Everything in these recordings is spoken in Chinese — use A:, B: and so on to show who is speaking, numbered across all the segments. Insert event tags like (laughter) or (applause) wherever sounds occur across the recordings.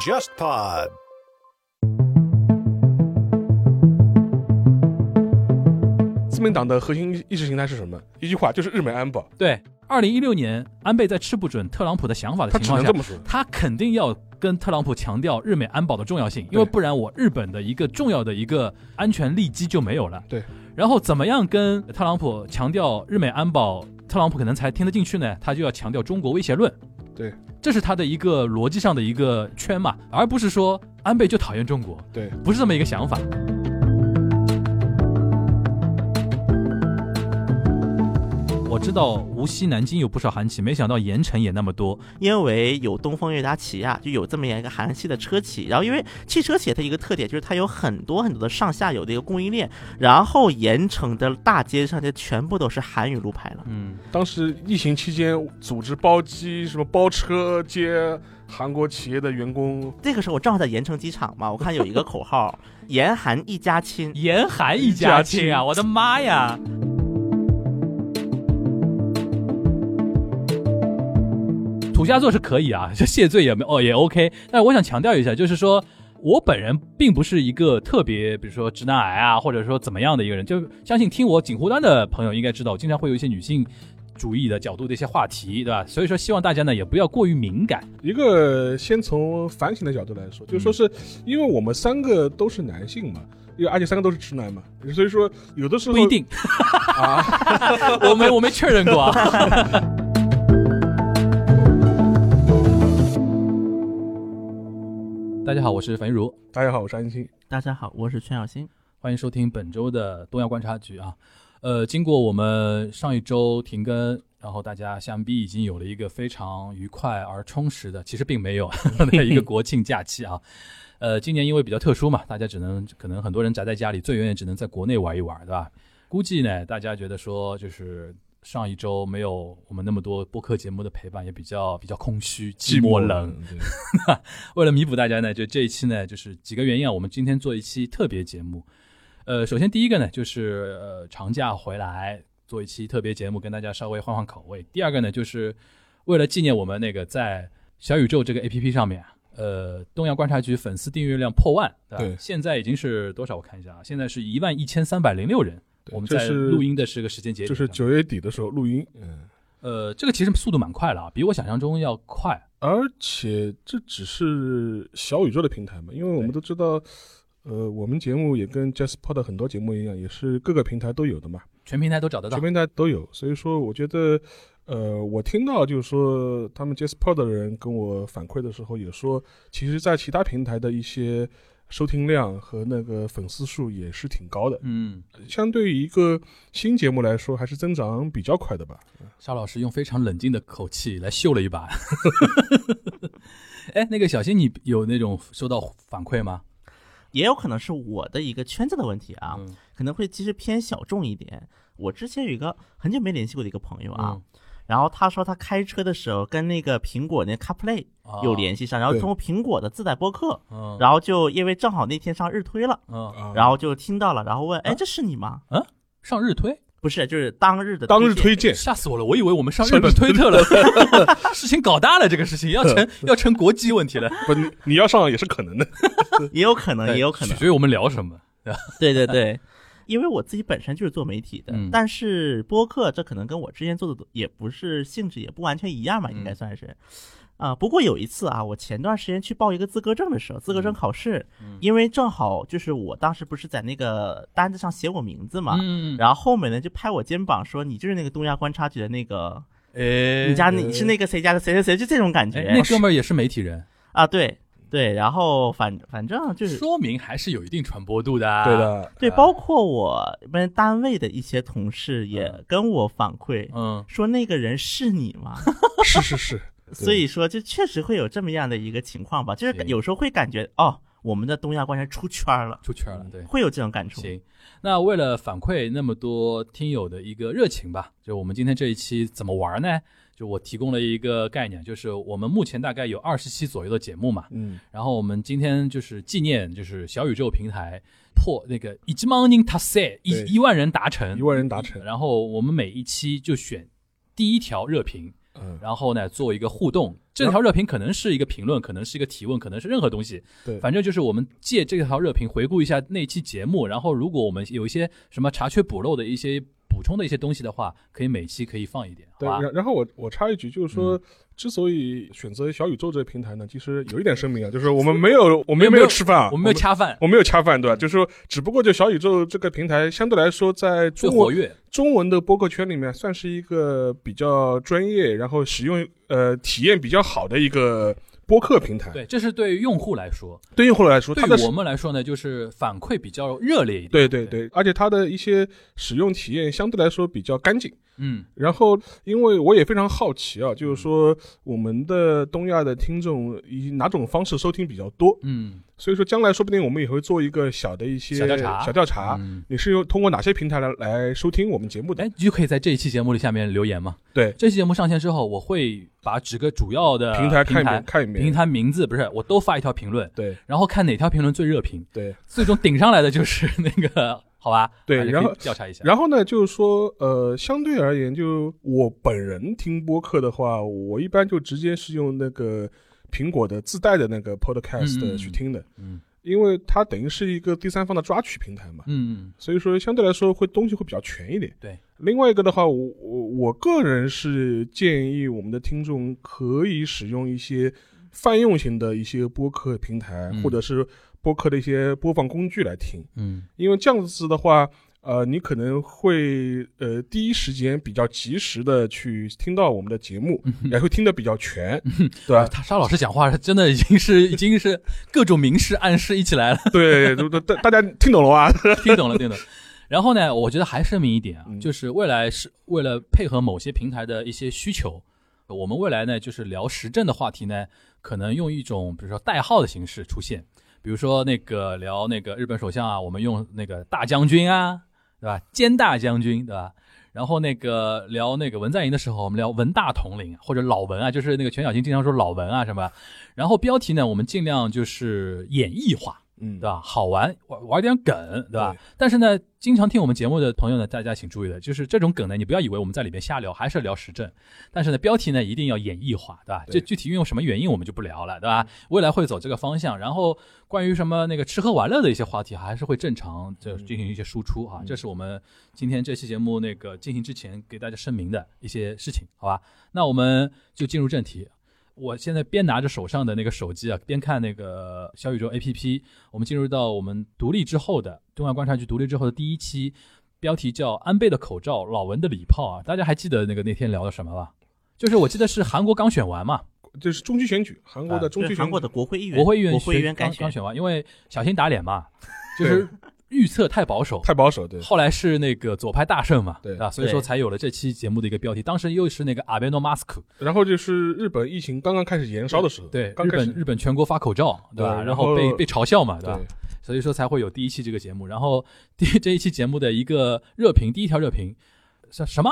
A: JustPod。
B: 自民党的核心意识形态是什么？一句话就是日美安保，
C: 对，二零一六年安倍在吃不准特朗普的想法的
B: 他
C: 呃情
B: 只
C: 况
B: 能
C: 下
B: 这，么说。
C: 他肯定要跟特朗普强调日美安保的重要性，因为
B: 对
C: 不然我日本的一个重要的一个安全利基就没有了。
B: 对，
C: 然后怎么样跟特朗普强调日美安保，特朗普可能才听得进去呢？他就要强调中国威胁论。
B: 对，
C: 这是他的一个逻辑上的一个圈嘛，而不是说安倍就讨厌中国，
B: 对，
C: 不是这么一个想法。我知道无锡、南京有不少韩企，没想到盐城也那么多。
D: 因为有东风日达起亚，啊就有这么一个韩系的车企。然后因为汽车企业它一个特点就是它有很多很多的上下游的一个供应链，然后盐城的大街上就全部都是韩语路牌 (laughs) 了。
C: 嗯，
B: 当时疫情期间，组织包机、什么包车接韩国企业的员工，
D: 那个时候我正好在盐城机场嘛，我看有一个口号“盐韩一家亲
C: 严寒一家亲啊！我的妈呀！土下座是可以啊，这 (laughs) 谢罪也没哦也 OK。但是我想强调一下，就是说我本人并不是一个特别，比如说直男癌啊，或者说怎么样的一个人。就相信听我锦湖端的朋友应该知道，我经常会有一些女性主义的角度的一些话题，对吧？所以说希望大家呢也不要过于敏感。
B: 一个先从反省的角度来说，就是说是因为我们三个都是男性嘛，因为而且三个都是直男嘛，所以说有的时候
C: 不一定，
B: 啊，
C: (laughs) 我没我没确认过啊。大家好，我是樊玉茹，
B: 大家好，我是安青。”。
D: 大家好，我是全小新。
C: 欢迎收听本周的东亚观察局啊。呃，经过我们上一周停更，然后大家想必已经有了一个非常愉快而充实的，其实并没有 (laughs) 的一个国庆假期啊。呃，今年因为比较特殊嘛，大家只能可能很多人宅在家里，最远也只能在国内玩一玩，对吧？估计呢，大家觉得说就是上一周没有我们那么多播客节目的陪伴，也比较比较空虚、寂寞冷，啊
B: 对，
C: 为了弥补大家呢，就这一期呢，就是几个原因啊，我们今天做一期特别节目。呃，首先第一个呢，就是呃长假回来做一期特别节目，跟大家稍微换换口味。第二个呢，就是为了纪念我们那个在小宇宙这个 APP 上面啊，呃，东阳观察局粉丝订阅量破万，对吧？
B: 对
C: 现在已经是多少？我看一下啊，现在是一万一千三百零六人。
B: 对
C: 我们
B: 这
C: 在
B: 是
C: 录音的是个时间节点
B: 就
C: 上
B: 是
C: 面，
B: 九月底的时候录音，嗯，
C: 呃，这个其实速度蛮快了啊，比我想象中要快。
B: 而且这只是小宇宙的平台嘛，因为我们都知道，呃，我们节目也跟 JustPod 的很多节目一样，也是各个平台都有的嘛，
C: 全平台都找得到
B: 全，平台都有，所以说我觉得，呃，我听到就是说他们 JustPod 的人跟我反馈的时候也说，其实，在其他平台的一些收听量和那个粉丝数也是挺高的，
C: 嗯，
B: 相对于一个新节目来说，还是增长比较快的吧。
C: 沙老师用非常冷静的口气来秀了一把。 (laughs) 哎，那个小新，你有那种收到反馈吗？
D: 也有可能是我的一个圈子的问题啊，
C: 嗯
D: 可能会其实偏小众一点。我之前有一个很久没联系过的一个朋友啊，
C: 嗯
D: 然后他说他开车的时候跟那个苹果那 CarPlay
C: 啊
D: 有联系上，然后
B: 对
D: 通过苹果的自带播客，
C: 嗯，
D: 然后就因为正好那天上日推了，
C: 嗯啊
B: 啊，
D: 然后就听到了，然后问，哎，这是你吗？
C: 上日推，
D: 不是，就是当日的
B: 当日
D: 推
B: 推荐。
C: 吓死我了！我以为我们上日本推特了，
D: (laughs)
C: 事情搞大了，这个事情要成要成国际问题了，
B: 不，你你要上也是可能的。
D: 荐也有可嗯能，也有可能
C: 取，决于我们聊什么。
D: (laughs) 对对对。因为我自己本身就是做媒体的，
C: 嗯
D: 但是播客这可能跟我之前做的也不是性质也不完全一样吧，
C: 嗯
D: 应该算是。啊、不过有一次啊，我前段时间去报一个资格证的时候，资格
C: 嗯
D: 证考试，因为正好就是我当时不是在那个单子上写我名字嘛，
C: 嗯，
D: 然后后面呢就拍我肩膀说你就是那个东亚观察局的那个，
C: 哎，
D: 你家你是那个谁家的谁谁谁，就这种感觉、
C: 哎那哥们儿也是媒体人，
D: 啊，对对，然后反反正就是
C: 说明还是有一定传播度的
B: (laughs)
C: 啊。
B: 对的，
D: 对，
C: 啊
D: 包括我们单位的一些同事也
C: 嗯
D: 跟我反馈、
C: 嗯，
D: 说那个人是你
C: (laughs)
D: 吗？
B: (laughs) 是是是，
D: 所以说就确实会有这么样的一个情况吧，就是
C: 行
D: 有时候会感觉哦，我们的东亚观察出圈了，
C: 出圈了，对。
D: 会有这种感触。
C: 行，那为了反馈那么多听友的一个热情吧，就我们今天这一期怎么玩呢？就我提供了一个概念，就是我们目前大概有二十期左右的节目嘛，
B: 嗯，
C: 然后我们今天就是纪念，就是小宇宙平台破那个一万人达成，
B: 对
C: 一一万人达成
B: 一，万人达成，
C: 然后我们每一期就选第一条热评，
B: 嗯，
C: 然后呢做一个互动。这条热评可能是一个评论，可能是一个提问，可能是任何东西。
B: 对
C: 反正就是我们借这条热评回顾一下那期节目，然后如果我们有一些什么查缺补漏的一些补充的一些东西的话，可以每期可以放一点，好啊嗯
B: 对，
C: 吧？
B: 然然后我我插一句，就是说，之所以选择小宇宙这个平台呢，其实有一点声明啊，就是
C: (laughs)
B: 我们没有，我们
C: 没有
B: 没有吃饭啊，
C: 我们没有恰饭，
B: 我没有恰饭，对吧？就是说，只不过就小宇宙这个平台，相对来说，在
C: 最
B: 中
C: 活
B: 文
C: 跃，
B: 中文的播客圈里面，算是一个比较专业，然后使用呃体验比较好的一个播客平台。
C: 对，这是对于用户来说，
B: 对用户来说，
C: 对
B: 它的
C: 于我们来说呢，就是反馈比较热烈一点。
B: 对对对，而且它的一些使用体验相对来说比较干净。
C: 嗯，
B: 然后，因为我也非常好奇啊，就是说我们的东亚的听众以哪种方式收听比较多，
C: 嗯
B: 所以说将来说不定我们也会做一个小的一些
C: 小调查
B: 小调查
C: 嗯，
B: 你是用通过哪些平台来来收听我们节目的？
C: 哎，你就可以在这一期节目里下面留言嘛。
B: 对，
C: 这期节目上线之后，我会把几个主要的
B: 平台看一
C: 呃平台
B: 遍，看一
C: 平
B: 遍，
C: 台名字不是，我都发一条评论，
B: 对
C: 然后看哪条评论最热评， (laughs)
B: 对。
C: 最终顶上来的就是那个， (laughs) 好吧？
B: 对
C: 大家可
B: 然
C: 以
B: 后
C: 调查一下，
B: 然后呢，就是说，呃，相对而言，就我本人听播客的话，我一般就直接是用那个苹果的自带的那个
C: 嗯嗯嗯
B: Podcast 去听的，
C: 嗯
B: 因为它等于是一个第三方的抓取平台嘛，
C: 嗯，
B: 所以说相对来说会东西会比较全一点。
C: 对，
B: 另外一个的话，我我我个人是建议我们的听众可以使用一些泛用型的一些播客平台，
C: 嗯
B: 或者是播客的一些播放工具来听，
C: 嗯
B: 因为这样子的话。呃，你可能会呃第一时间比较及时的去听到我们的节目，也会听得比较全，对吧
C: (laughs) 嗯，？他沙老师讲话真的已经是已经是各种明示暗示一起来了，
B: 对，都都大大家听懂了吧？
C: 听懂了，听懂了。然后呢，我觉得还声明一点啊，
B: 嗯
C: 就是未来是为了配合某些平台的一些需求，我们未来呢就是聊时政的话题呢，可能用一种比如说代号的形式出现，比如说那个聊那个日本首相啊，我们用那个大将军啊，对吧？兼大将军，对吧？然后那个聊那个文在寅的时候，我们聊文大统领或者老文啊，就是那个全小新经常说老文啊什么。然后标题呢，我们尽量就是演绎化，
B: 嗯
C: 对吧？好玩，玩玩点梗，对吧？
B: 对
C: 但是呢，经常听我们节目的朋友呢，大家请注意的，就是这种梗呢，你不要以为我们在里面瞎聊，还是聊时政，但是呢，标题呢一定要演绎化，对吧？
B: 对嗯
C: 这具体运用什么原因我们就不聊了，对吧？未来会走这个方向，然后关于什么那个吃喝玩乐的一些话题，还是会正常就进行一些输出
B: 嗯
C: 啊，这是我们今天这期节目那个进行之前给大家声明的一些事情，好吧？那我们就进入正题。我现在边拿着手上的那个手机啊，边看那个小宇宙 APP。我们进入到我们独立之后的东亚观察局独立之后的第一期，标题叫《安倍的口罩，老文的礼炮》啊。大家还记得那个那天聊的什么吧？就是我记得是韩国刚选完嘛，
B: 就是中期选举，韩国
C: 啊
B: 的中
D: 这
B: 期
D: 是
B: 选
D: 韩
B: 举
D: 国，的国会议员，
C: 国会议员
D: 国会议员
C: 刚
D: 改
C: 刚选完，因为小心打脸嘛，就是预测太保守，
B: 太保守，对，
C: 后来是那个左派大胜嘛，
B: 对
C: 吧？所以说才有了这期节目的一个标题。当时又是那个阿贝诺马斯克，
B: 然后就是日本疫情刚刚开始延烧的时候，
C: 对，
B: 刚
C: 日
B: 开始
C: 本日本全国发口罩，对吧？
B: 对
C: 然
B: 然
C: 后
B: 后
C: 被被嘲笑嘛，对吧？
B: 对
C: 所以说才会有第一期这个节目。然后第 (laughs) 这一期节目的一个热评，第一条热评是什么？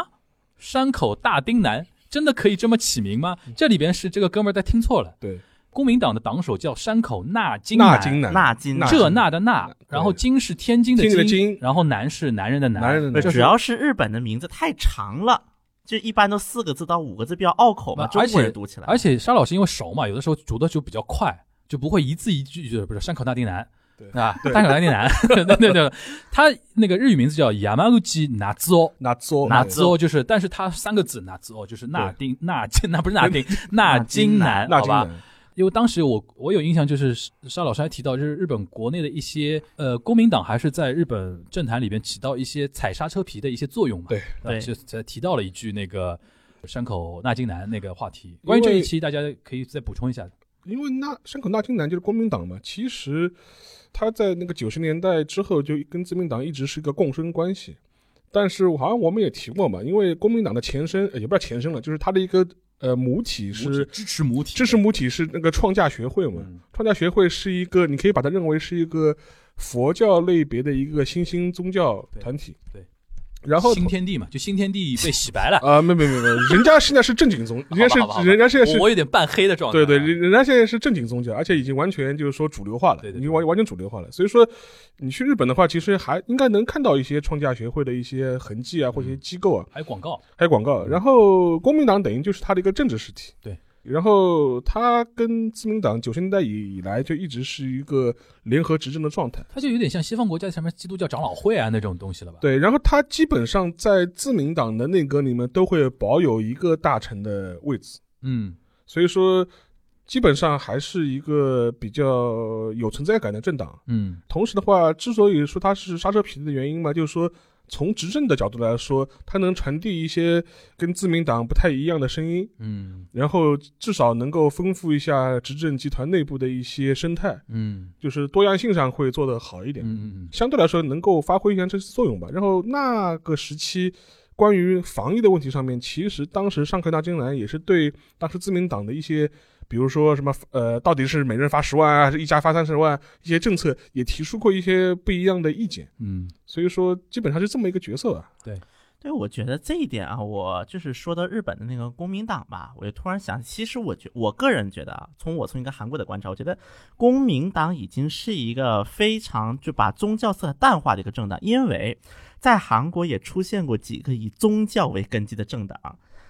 C: 山口大町男真的可以这么起名吗？这里边是这个哥们儿在听错了，
B: 嗯对，
C: 公民党的党首叫山口纳金
B: 纳
C: 男，
B: 金男，
D: 纳金
B: 纳
D: 男
B: 金
C: 这那的那
B: 对，
C: 然后金是天津的
B: 天津的津
C: 然后男是男人的
B: 男人的
D: 不
B: 男
D: 是
C: 这
D: 嗯主要是日本的名字太长了，就一般都四个字到五个字比较拗口嘛，中
C: 而
D: 国
C: 且
D: 人读起来。
C: 而且沙老师因为熟嘛，有的时候读的就比较快，就不会一字一句，就是不是山口大町男。
B: 对
C: 啊，山口大町男， (laughs) 对对对，他那个日语名字叫 Yamaguchi n a z o
B: 纳佐
C: 纳
D: 纳
C: 兹
D: 兹
C: 欧就是，但是他三个字纳兹欧就是纳丁纳金，那不是
B: (laughs)
C: 纳丁纳
D: 纳
C: 金
D: 金
C: 南，
B: 纳
C: 好
B: 金
C: 吧？
B: 男，
C: 因为当时我我有印象，就是沙老师还提到，就是日本国内的一些呃公民党还是在日本政坛里边起到一些踩刹车皮的一些作用嘛。
B: 对
C: 呃
D: 对
C: 就才提到了一句那个山口纳金南那个话题。关于这一期，大家可以再补充一下。
B: 因为那山口纳金男就是国民党嘛，其实他在那个九十年代之后就跟自民党一直是一个共生关系，但是好像我们也提过嘛，因为国民党的前身呃也不叫前身了，就是他的一个呃母体
C: 母
B: 是
C: 体支持母体，
B: 知识母体是那个创价学会嘛，
C: 嗯
B: 创价学会是一个，你可以把它认为是一个佛教类别的一个新兴宗教团体。
C: 对对
B: 然后
C: 新天地嘛，就新天地被洗白了，
B: 啊，没没没没，人家现在是正经
C: (laughs)
B: 宗， (laughs) 人家
C: 好吧好吧好吧
B: 是人家现在是
C: 我我有点半黑的状态
B: 对
C: 啊，
B: 对，人人家现在是正经宗教，而且已经完全就是说主流化了，
C: 对对对
B: 已经完完全主流化了。所以说，你去日本的话，其实还应该能看到一些创价学会的一些痕迹啊，或
C: 嗯
B: 者一些机构啊，
C: 还有广告，
B: 还有广告。然后国民党等于就是它的一个政治实体，
C: 对。
B: 然后它跟自民党九十年代以以来就一直是一个联合执政的状态，
C: 它就有点像西方国家前面基督教长老会啊那种东西了吧？
B: 对。然后它基本上在自民党的内阁里面都会保有一个大臣的位置，
C: 嗯，
B: 所以说基本上还是一个比较有存在感的政党。
C: 嗯
B: 同时的话，之所以说它是刹车皮的原因嘛，就是说从执政的角度来说，它能传递一些跟自民党不太一样的声音，
C: 嗯
B: 然后至少能够丰富一下执政集团内部的一些生态，
C: 嗯
B: 就是多样性上会做得好一
C: 嗯
B: 点，
C: 嗯
B: 相对来说能够发挥一下这作用吧。然后那个时期。关于防疫的问题上面，其实当时上课大金兰也是对当时自民党的一些，比如说什么呃，到底是每人发十万啊，还是一家发三十万，一些政策也提出过一些不一样的意见。
C: 嗯
B: 所以说，基本上是这么一个啊角色吧。
D: 对，我觉得这一点啊，我就是说到日本的那个公民党吧，我就突然想，其实我觉我个人觉得啊，从我从一个韩国的观察，我觉得公民党已经是一个非常就把宗教色彩淡化的一个政党，因为在韩国也出现过几个以宗教为根基的政党。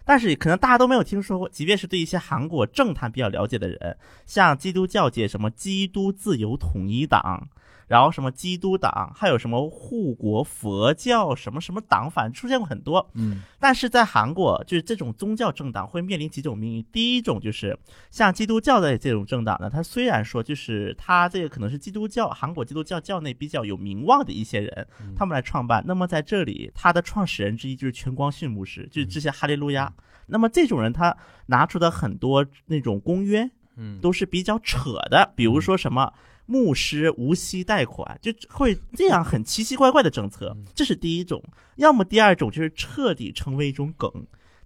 D: 但是可能大家都没有听说过，即便是对一些韩国政坛比较了解的人，像基督教界什么基督自由统一党，然后什么基督党，还有什么护国佛教什么什么党，反正出现过很多。
C: 嗯
D: 但是在韩国，就是这种宗教政党会面临几种命运。第一种就是像基督教的这种政党呢，它虽然说就是它这个可能是基督教韩国基督教教内比较有名望的一些人，他们来创办。那么在这里，他的创始人之一就是全光训牧师，就是之前哈利路亚。那么这种人他拿出的很多那种公约，
C: 嗯，
D: 都是比较扯的，比如说什么牧师无息贷款，就会这样很奇奇怪怪的政策，这是第一种。要么第二种就是彻底成为一种梗，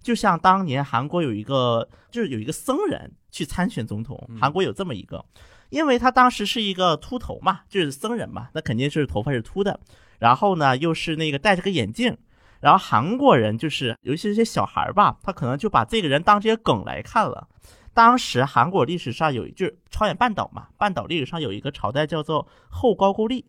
D: 就像当年韩国有一个就是有一个僧人去参选总统，韩国有这么一个，因为他当时是一个秃头嘛，就是僧人嘛，那肯定是头发是秃的，然后呢又是那个戴着个眼镜。然后韩国人就是，尤其是一些小孩儿吧，他可能就把这个人当这些梗来看了，当时韩国历史上有一就是朝鲜半岛嘛，半岛历史上有一个朝代叫做后高句丽，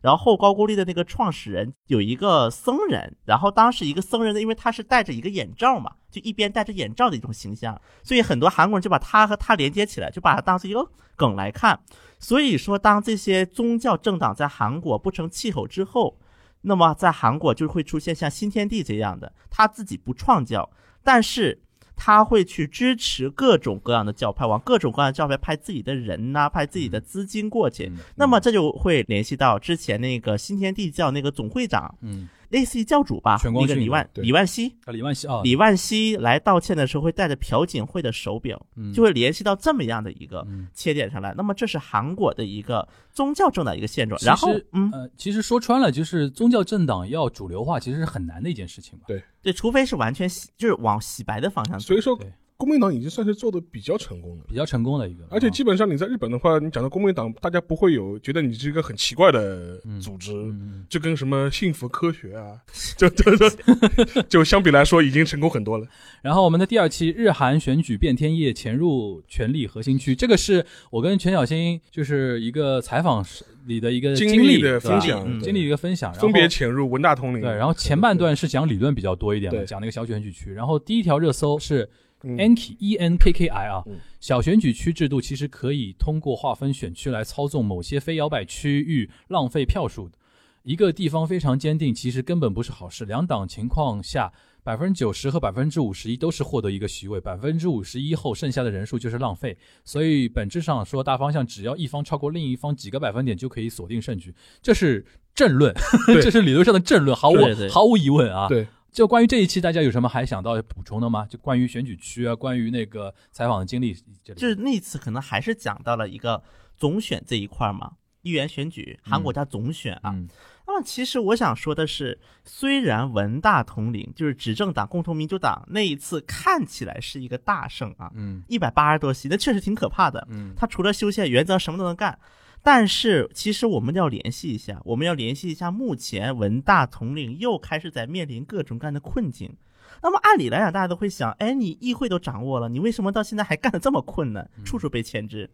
D: 然后后高句丽的那个创始人有一个僧人，然后当时一个僧人呢，因为他是戴着一个眼罩嘛，就一边戴着眼罩的一种形象，所以很多韩国人就把他和他连接起来，就把他当成一个梗来看。所以说，当这些宗教政党在韩国不成气候之后，那么在韩国就会出现像新天地这样的，他自己不创教，但是他会去支持各种各样的教派，往各种各样的教派派自己的人呐、派自己的资金过去。
C: 嗯
D: 那么这就会联系到之前那个新天地教那个总会长，
C: 嗯，
D: 类似于教主吧，
C: 全光
D: 那个
C: 训
D: 李万
B: 对
D: 李万熙，
C: 啊李万熙啊，
D: 李万熙来道歉的时候会带着朴槿惠的手表，
C: 嗯
D: 就会联系到这么样的一个
C: 嗯
D: 切点上来。那么这是韩国的一个宗教政党一个现状。
C: 其实
D: 然后，嗯，
C: 呃，其实说穿了，就是宗教政党要主流化，其实是很难的一件事情吧。
D: 对，除非是完全洗就是往洗白的方向走
B: 所。以说
C: 对，
B: 公民党已经算是做的比较成功了。
C: 比较成功的一个，
B: 而且
C: 啊
B: 基本上你在日本的话，你讲到公民党，大家不会有觉得你是一个很奇怪的组织，
C: 嗯
B: 就跟什么幸福科学
C: (laughs)
B: 啊，就就就就 (laughs) 相比来说已经成功很多了。
C: 然后我们的第二期日韩选举变天夜潜入权力核心区，这个是我跟全小新就是一个采访时里的一个
B: 经
C: 历
B: 历的分
C: 对吧
B: 享，
D: 嗯
B: 对
C: 经历一个分享，然后
B: 分别潜入文大统领。
C: 对，然后前半段是讲理论比较多一点嘛，
B: 对
C: 讲那个小选举区，然后第一条热搜是
B: 嗯
C: Enki E N K K I 啊
B: 嗯，
C: 小选举区制度其实可以通过划分选区来操纵某些非摇摆区域，浪费票数。一个地方非常坚定，其实根本不是好事。两党情况下，百分之九十和百分之五十一都是获得一个席位，百分之五十一后剩下的人数就是浪费。所以本质上说，大方向只要一方超过另一方几个百分点就可以锁定胜局，这是政论， (laughs)
B: 对
C: 这是理论上的政论，毫无
D: 对对
C: 毫无疑问啊。
B: 对，
C: 就关于这一期，大家有什么还想到补充的吗？就关于选举区啊，关于那个采访的经历这里，
D: 就是那次可能还是讲到了一个总选这一块儿嘛，议员选举，韩国叫总选啊。
C: 嗯
D: 那么其实我想说的是，虽然文大统领就是执政党共同民主党那一次看起来是一个大胜啊，
C: 嗯
D: 一百八十多席，那确实挺可怕的。
C: 嗯
D: 他除了修宪原则什么都能干，但是其实我们要联系一下，我们要联系一下，目前文大统领又开始在面临各种各样的困境。那么按理来讲，大家都会想，哎，你议会都掌握了，你为什么到现在还干得这么困难，处处被牵制？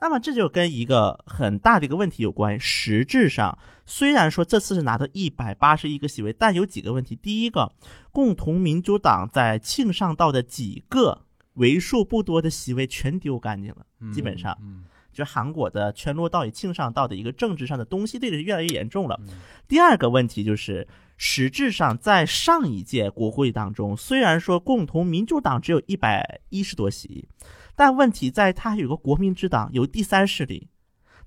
D: 那么这就跟一个很大的一个问题有关。实质上，虽然说这次是拿到一百八十一个席位，但有几个问题。第一个，共同民主党在庆尚道的几个为数不多的席位全丢干净了，基本上。
C: 嗯
D: 就韩国的全罗道与庆尚道的一个政治上的东西对立是越来越严重了。
C: 嗯
D: 第二个问题就是，实质上在上一届国会当中，虽然说共同民主党只有一百一十多席，但问题在它有个国民之党，有第三势力。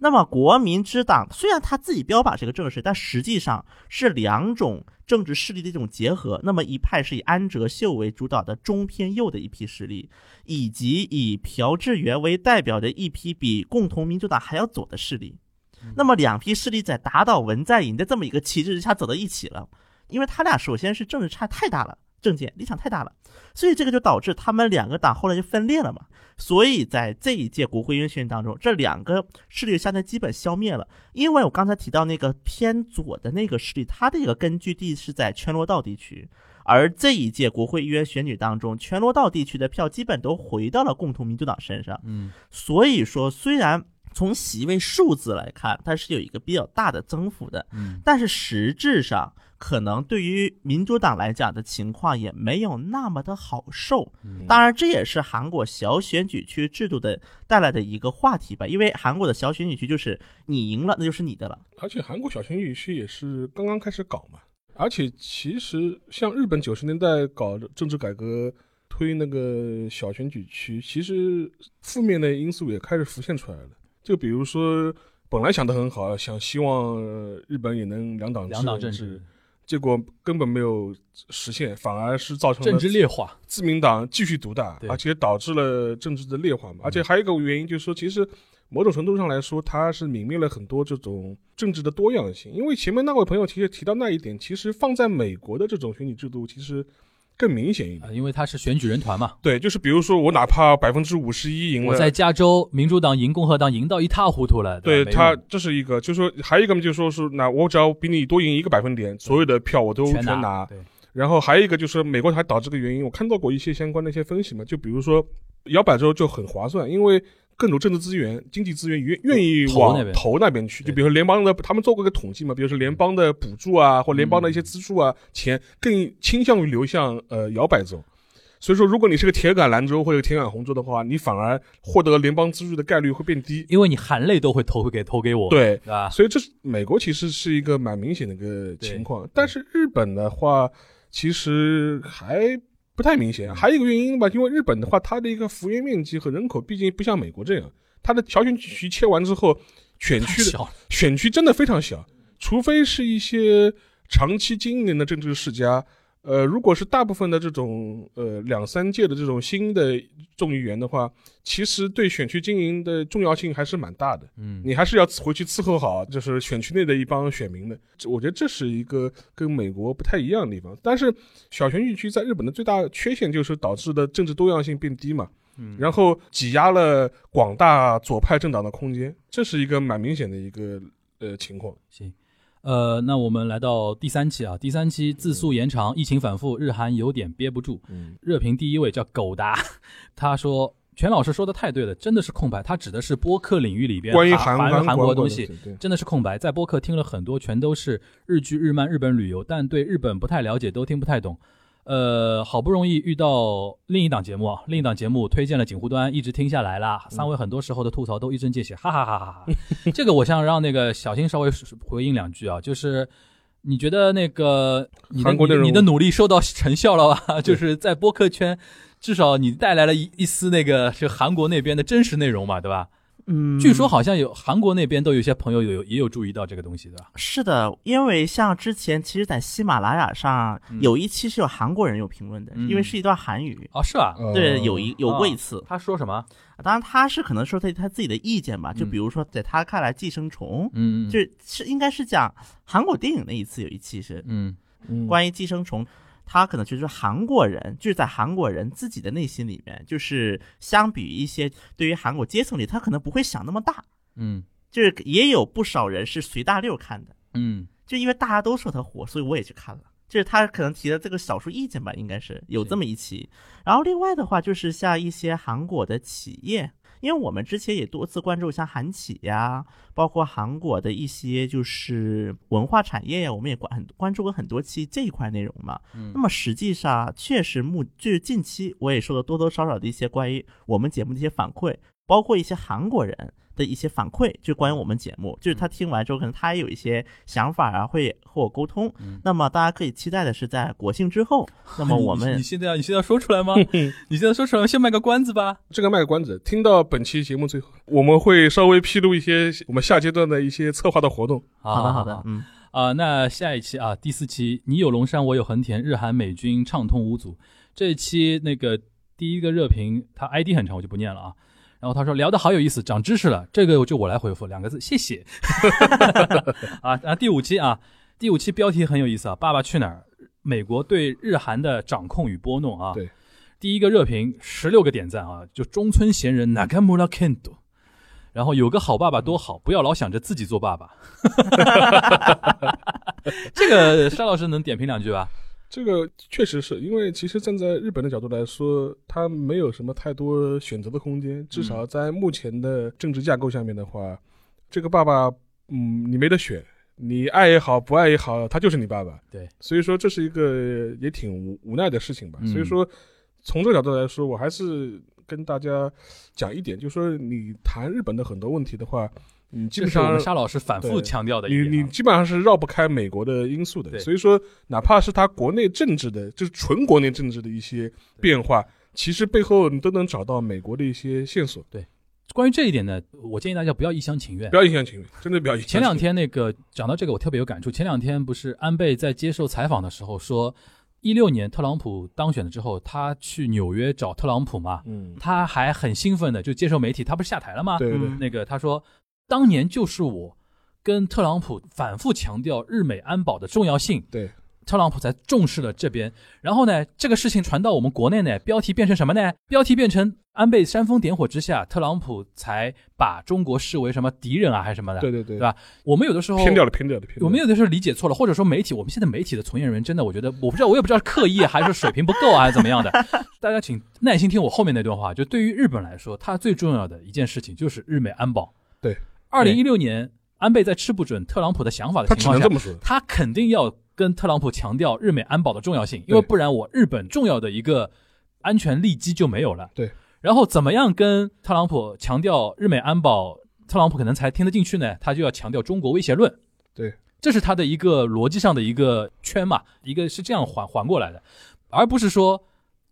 D: 那么国民之党虽然它自己标榜是个正势，但实际上是两种政治势力的一种结合。那么一派是以安哲秀为主导的中偏右的一批势力，以及以朴智元为代表的一批比共同民主党还要左的势力。那么两批势力在打倒文在寅的这么一个旗帜之下走到一起了，因为他俩首先是政治差太大了，政见立场太大了，所以这个就导致他们两个党后来就分裂了嘛。所以在这一届国会议员选举当中，这两个势力相对基本消灭了。因为我刚才提到那个偏左的那个势力，它的一个根据地是在全罗道地区，而这一届国会议员选举当中，全罗道地区的票基本都回到了共同民主党身上。
C: 嗯
D: 所以说，虽然从席位数字来看，它是有一个比较大的增幅的，
C: 嗯
D: 但是实质上可能对于民主党来讲的情况也没有那么的好受。
C: 嗯
D: 当然，这也是韩国小选举区制度的带来的一个话题吧，因为韩国的小选举区就是你赢了那就是你的了。
B: 而且韩国小型语区也是刚刚开始搞嘛，而且其实像日本九十年代搞政治改革，推那个小选举区，其实负面的因素也开始浮现出来了。就比如说，本来想的很好，想希望呃日本也能两党制
C: 嗯两党政
B: 治
C: 治，
B: 结果根本没有实现，反而是造成了
C: 政治劣化，
B: 自民党继续独大，
C: 对
B: 而且导致了政治的劣化嘛。而且还有一个原因就是说，其实某种程度上来说，它是泯灭了很多这种政治的多样性。因为前面那位朋友其实提到那一点，其实放在美国的这种选举制度其实更明显一点。
C: 呃因为他是选举人团嘛。
B: 对，就是比如说我哪怕百分之五十一赢
C: 我
B: 了，
C: 在加州，民主党赢共和党赢到一塌糊涂了。
B: 对
C: 吧
B: 他
C: 没用
B: 这是一个，就是说还有一个嘛，就是说是那我只要比你多赢一个百分点，所有的票我都
C: 全
B: 拿。
C: 对，
B: 然后还有一个就是美国还导致个原因，我看到过一些相关的一些分析嘛，就比如说摇摆州就很划算，因为更多政治资源、经济资源愿愿意
C: 投
B: 往
C: 那边
B: 投那边去，就
C: 对
B: 比如说联邦的，他们做过一个统计嘛，比如说联邦的补助啊，或联邦的
C: 嗯
B: 一些资助啊，钱更倾向于流向呃摇摆州。所以说，如果你是个铁杆蓝州或者铁杆红州的话，你反而获得联邦资助的概率会变低。
C: 因为你含泪都会投给投给我，
B: 对，
C: 对吧？
B: 所以这是美国其实是一个蛮明显的一个情况，但是日本的话其实还不太明
C: 嗯
B: 显。还有一个原因吧，因为日本的话，它的一个幅员面积和人口毕竟不像美国这样，它的小选区切完之后，选
C: 太
B: 区的
C: 小了，
B: 选区真的非常小，除非是一些长期经营的政治世家。呃，如果是大部分的这种呃两三届的这种新的众议员的话，其实对选区经营的重要性还是蛮大的。
C: 嗯，
B: 你还是要回去伺候好，就是选区内的一帮选民的。这我觉得这是一个跟美国不太一样的地方。但是小选举区在日本的最大缺陷就是导致的政治多样性变低嘛，
C: 嗯
B: 然后挤压了广大左派政党的空间，这是一个蛮明显的一个呃情况。
C: 行，呃，那我们来到第三期啊，第三期自诉延长，疫情反复，日韩有点憋不住。
B: 嗯，
C: 热评第一位叫狗达， (laughs) 他说全老师说的太对了，真的是空白。他指的是播客领域里边
B: 关于
C: 韩
B: 韩
C: 韩
B: 韩
C: 国
B: 国
C: 的东
B: 东
C: 西
B: 西，对
C: 真的是空白。在播客听了很多，全都是日剧、日漫、日本旅游，但对日本不太了解，都听不太懂。呃，好不容易遇到另一档节目
B: (laughs)
C: 啊，另一档节目推荐了警护端，一直听下来啦。三位很多时候的吐槽都一针见血，哈哈哈哈哈
B: (laughs)
C: 哈。这个我想让那个小新稍微回应两句啊，就是你觉得那个你的
B: 韩国内
C: 你
B: 容
C: 你的努力受到成效
B: (laughs)
C: 了吧？就是在播客圈，至少你带来了一一丝那个是韩国那边的真实内容嘛，对吧？
D: 嗯
C: 据说好像有韩国那边都有些朋友有也有注意到这个东西的，
D: 是的，因为像之前其实，在喜马拉雅上
C: 嗯
D: 有一期是有韩国人有评论的，
C: 嗯
D: 因为是一段韩语。
C: 哦，是啊，
B: 呃
D: 对，有一有过一次，
C: 他说什么？
D: 当然他是可能说他他自己的意见吧，就
C: 嗯
D: 比如说在他看来，《寄生虫》
C: 嗯，嗯
D: 就是应该是讲韩国电影那一次有一期是
C: 嗯
B: 嗯
D: 关于《寄生虫》，他可能就是韩国人，就是在韩国人自己的内心里面，就是相比一些对于韩国阶层里，他可能不会想那么大。
C: 嗯
D: 就是也有不少人是随大溜看的，
C: (laughs) 嗯
D: 就因为大家都说他火，所以我也去看了。就是他可能提的这个少数意见吧，应该是有这么一期。然后另外的话，就是像一些韩国的企业，因为我们之前也多次关注像韩企呀，包括韩国的一些就是文化产业呀，我们也关很关注过很多期这一块内容嘛。
C: 嗯
D: 那么实际上，确实目就是近期我也收到多多少少的一些关于我们节目的一些反馈，包括一些韩国人的一些反馈，就关于我们节目，就是他听完之后，可能他也有一些想法啊，会和我沟通。
C: 嗯
D: 那么大家可以期待的是，在国庆之后，那么我
C: 哎你你
D: 们
C: 现在要你现在要说出来
D: (laughs)
C: 吗？你现在说出来，先卖个关子吧。
B: 这个卖个关子，听到本期节目最后，我们会稍微披露一些我们下阶段的一些策划的活动。
D: 好的好的，嗯，
C: 啊、那下一期啊，第四期你有龙山，我有横田，日韩美军畅通无阻。这一期那个第一个热评，他 ID 很长，我就不念了啊。然后他说聊的好有意思，长知识了。这个就我来回复两个字，谢谢。 (laughs) 啊，然后第五期啊，第五期标题很有意思啊，《爸爸去哪儿》，美国对日韩的掌控与拨弄啊。
B: 对。
C: 第一个热评十六个点赞啊，就中村贤人 Nakamura Kendo。然后有个好爸爸多好，不要老想着自己做爸爸。 (laughs) 这个沙老师能点评两句吧？
B: 这个确实是因为，其实站在日本的角度来说，它没有什么太多选择的空间。至
C: 嗯
B: 少在目前的政治架构下面的话，这个爸爸，嗯，你没得选，你爱也好，不爱也好，他就是你爸爸。
C: 对，
B: 所以说这是一个也挺无无奈的事情吧。
C: 嗯
B: 所以说，从这个角度来说，我还是跟大家讲一点，就是说你谈日本的很多问题的话，你基
C: 这
B: 本
C: 是我
B: 上
C: 们沙老师反复
B: 对
C: 强调的一
B: 你
C: 点
B: 你
C: 啊。
B: 基本上是绕不开美国的因素
C: 对
B: 的，所以说哪怕是它国内政治的，就是纯国内政治的一些变化，其实背后你都能找到美国的一些线索。
C: 关于这一点呢，我建议大家不要一厢情愿
B: 不。要一厢情愿，真的不要一厢情
C: 前
B: 愿。
C: 两天那个讲到这个，我特别有感触。前两天不是安倍在接受采访的时候说，一六年特朗普当选了之后，他去纽约找特朗普嘛，
B: 嗯，
C: 他还很兴奋的就接受媒体，他不是下台了吗？
B: 对对对
D: 嗯
C: 那个他说，当年就是我跟特朗普反复强调日美安保的重要性，
B: 对，
C: 特朗普才重视了这边。然后呢，这个事情传到我们国内呢，标题变成什么呢？标题变成安倍煽风点火之下，特朗普才把中国视为什么敌人啊，还是什么的？
B: 对对对
C: 对吧我们有的时候
B: 偏掉了，偏掉了，偏掉了。
C: 我们有的时候理解错了，或者说媒体，我们现在媒体的从业人员真的，我觉得我不知道，我也不知道是刻意还是水平不够啊，还是怎
B: (laughs)
C: 么样的。大家请耐心听我后面那段话。就对于日本来说，它最重要的一件事情就是日美安保。
B: 对，
C: 二零一六年安倍在吃不准特朗普的想法的
B: 他只
C: 情况
B: 能
C: 下
B: 这，么说。
C: 他肯定要跟特朗普强调日美安保的重要性，因为
B: 对
C: 不然我日本重要的一个安全利基就没有了。
B: 对，
C: 然后怎么样跟特朗普强调日美安保，特朗普可能才听得进去呢？他就要强调中国威胁论。
B: 对，
C: 这是他的一个逻辑上的一个圈嘛，一个是这样环环过来的，而不是说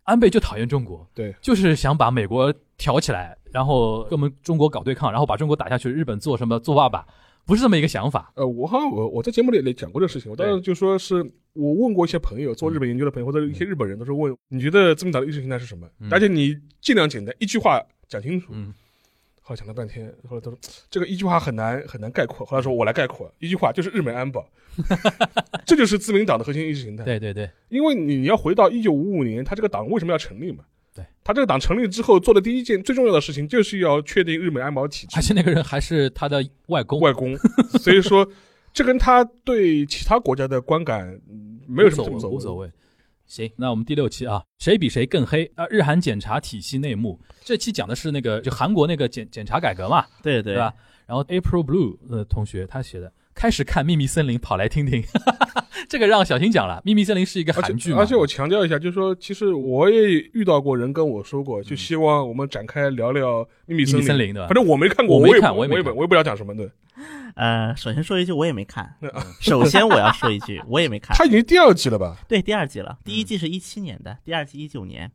C: 安倍就讨厌中国，
B: 对，
C: 就是想把美国挑起来，然后跟我们中国搞对抗，然后把中国打下去，日本做什么做爸爸，不是这么一个想法。
B: 呃，我好像我我在节目里也讲过这个事情，我当时就说是我问过一些朋友，
C: 嗯
B: 做日本研究的朋友或者一些日本人，都是问你觉得自民党的意识形态是什么
C: 嗯？
B: 而且你尽量简单，一句话讲清楚。
C: 嗯
B: 后来讲了半天，后来他说这个一句话很难很难概括，后来说我来概括，一句话就是日美安
C: (laughs)
B: 保，这就是自民党的核心意识形态。
C: 对对对，
B: 因为你你要回到一九五五年，他这个党为什么要成立嘛？
C: 对，
B: 他这个党成立之后做的第一件最重要的事情，就是要确定日美安保体制
C: 而。且那个人还是他的外公，
B: 外公，所以说这跟他对其他国家的观感嗯没有什么
C: 无
B: 无所
C: 所谓，
B: 谓。
C: 无所谓。行，那我们第六期啊，谁比谁更黑啊？日韩检察体系内幕，这期讲的是那个就韩国那个检检察改革嘛，
D: 对对
C: 对吧？然后 April Blue 呃同学他写的，开始看《秘密森林》，跑来听 (laughs) 听，这个让小新讲了，《秘密森林》是一个
B: 而
C: 韩剧
B: 且
C: 嘛，
B: 而且我强调一下，就是说，其实我也遇到过人跟我说过，就希望我们展开聊聊《秘密
C: 嗯
B: 森
C: 秘密
B: 林》。
C: 森林对吧
B: 反？正我没看过，
C: 我没
B: 也
C: 看
B: 不
C: 我
B: 我
C: 也没
B: 也
C: 看
B: 我也不知道讲什么的。
D: 呃，首先说一句，我也没看。 (laughs) 首先我要说一句，我也没看。
B: 他已经第二季了吧？
D: 对，第二季了，第一季是一七年的，第二季一九年。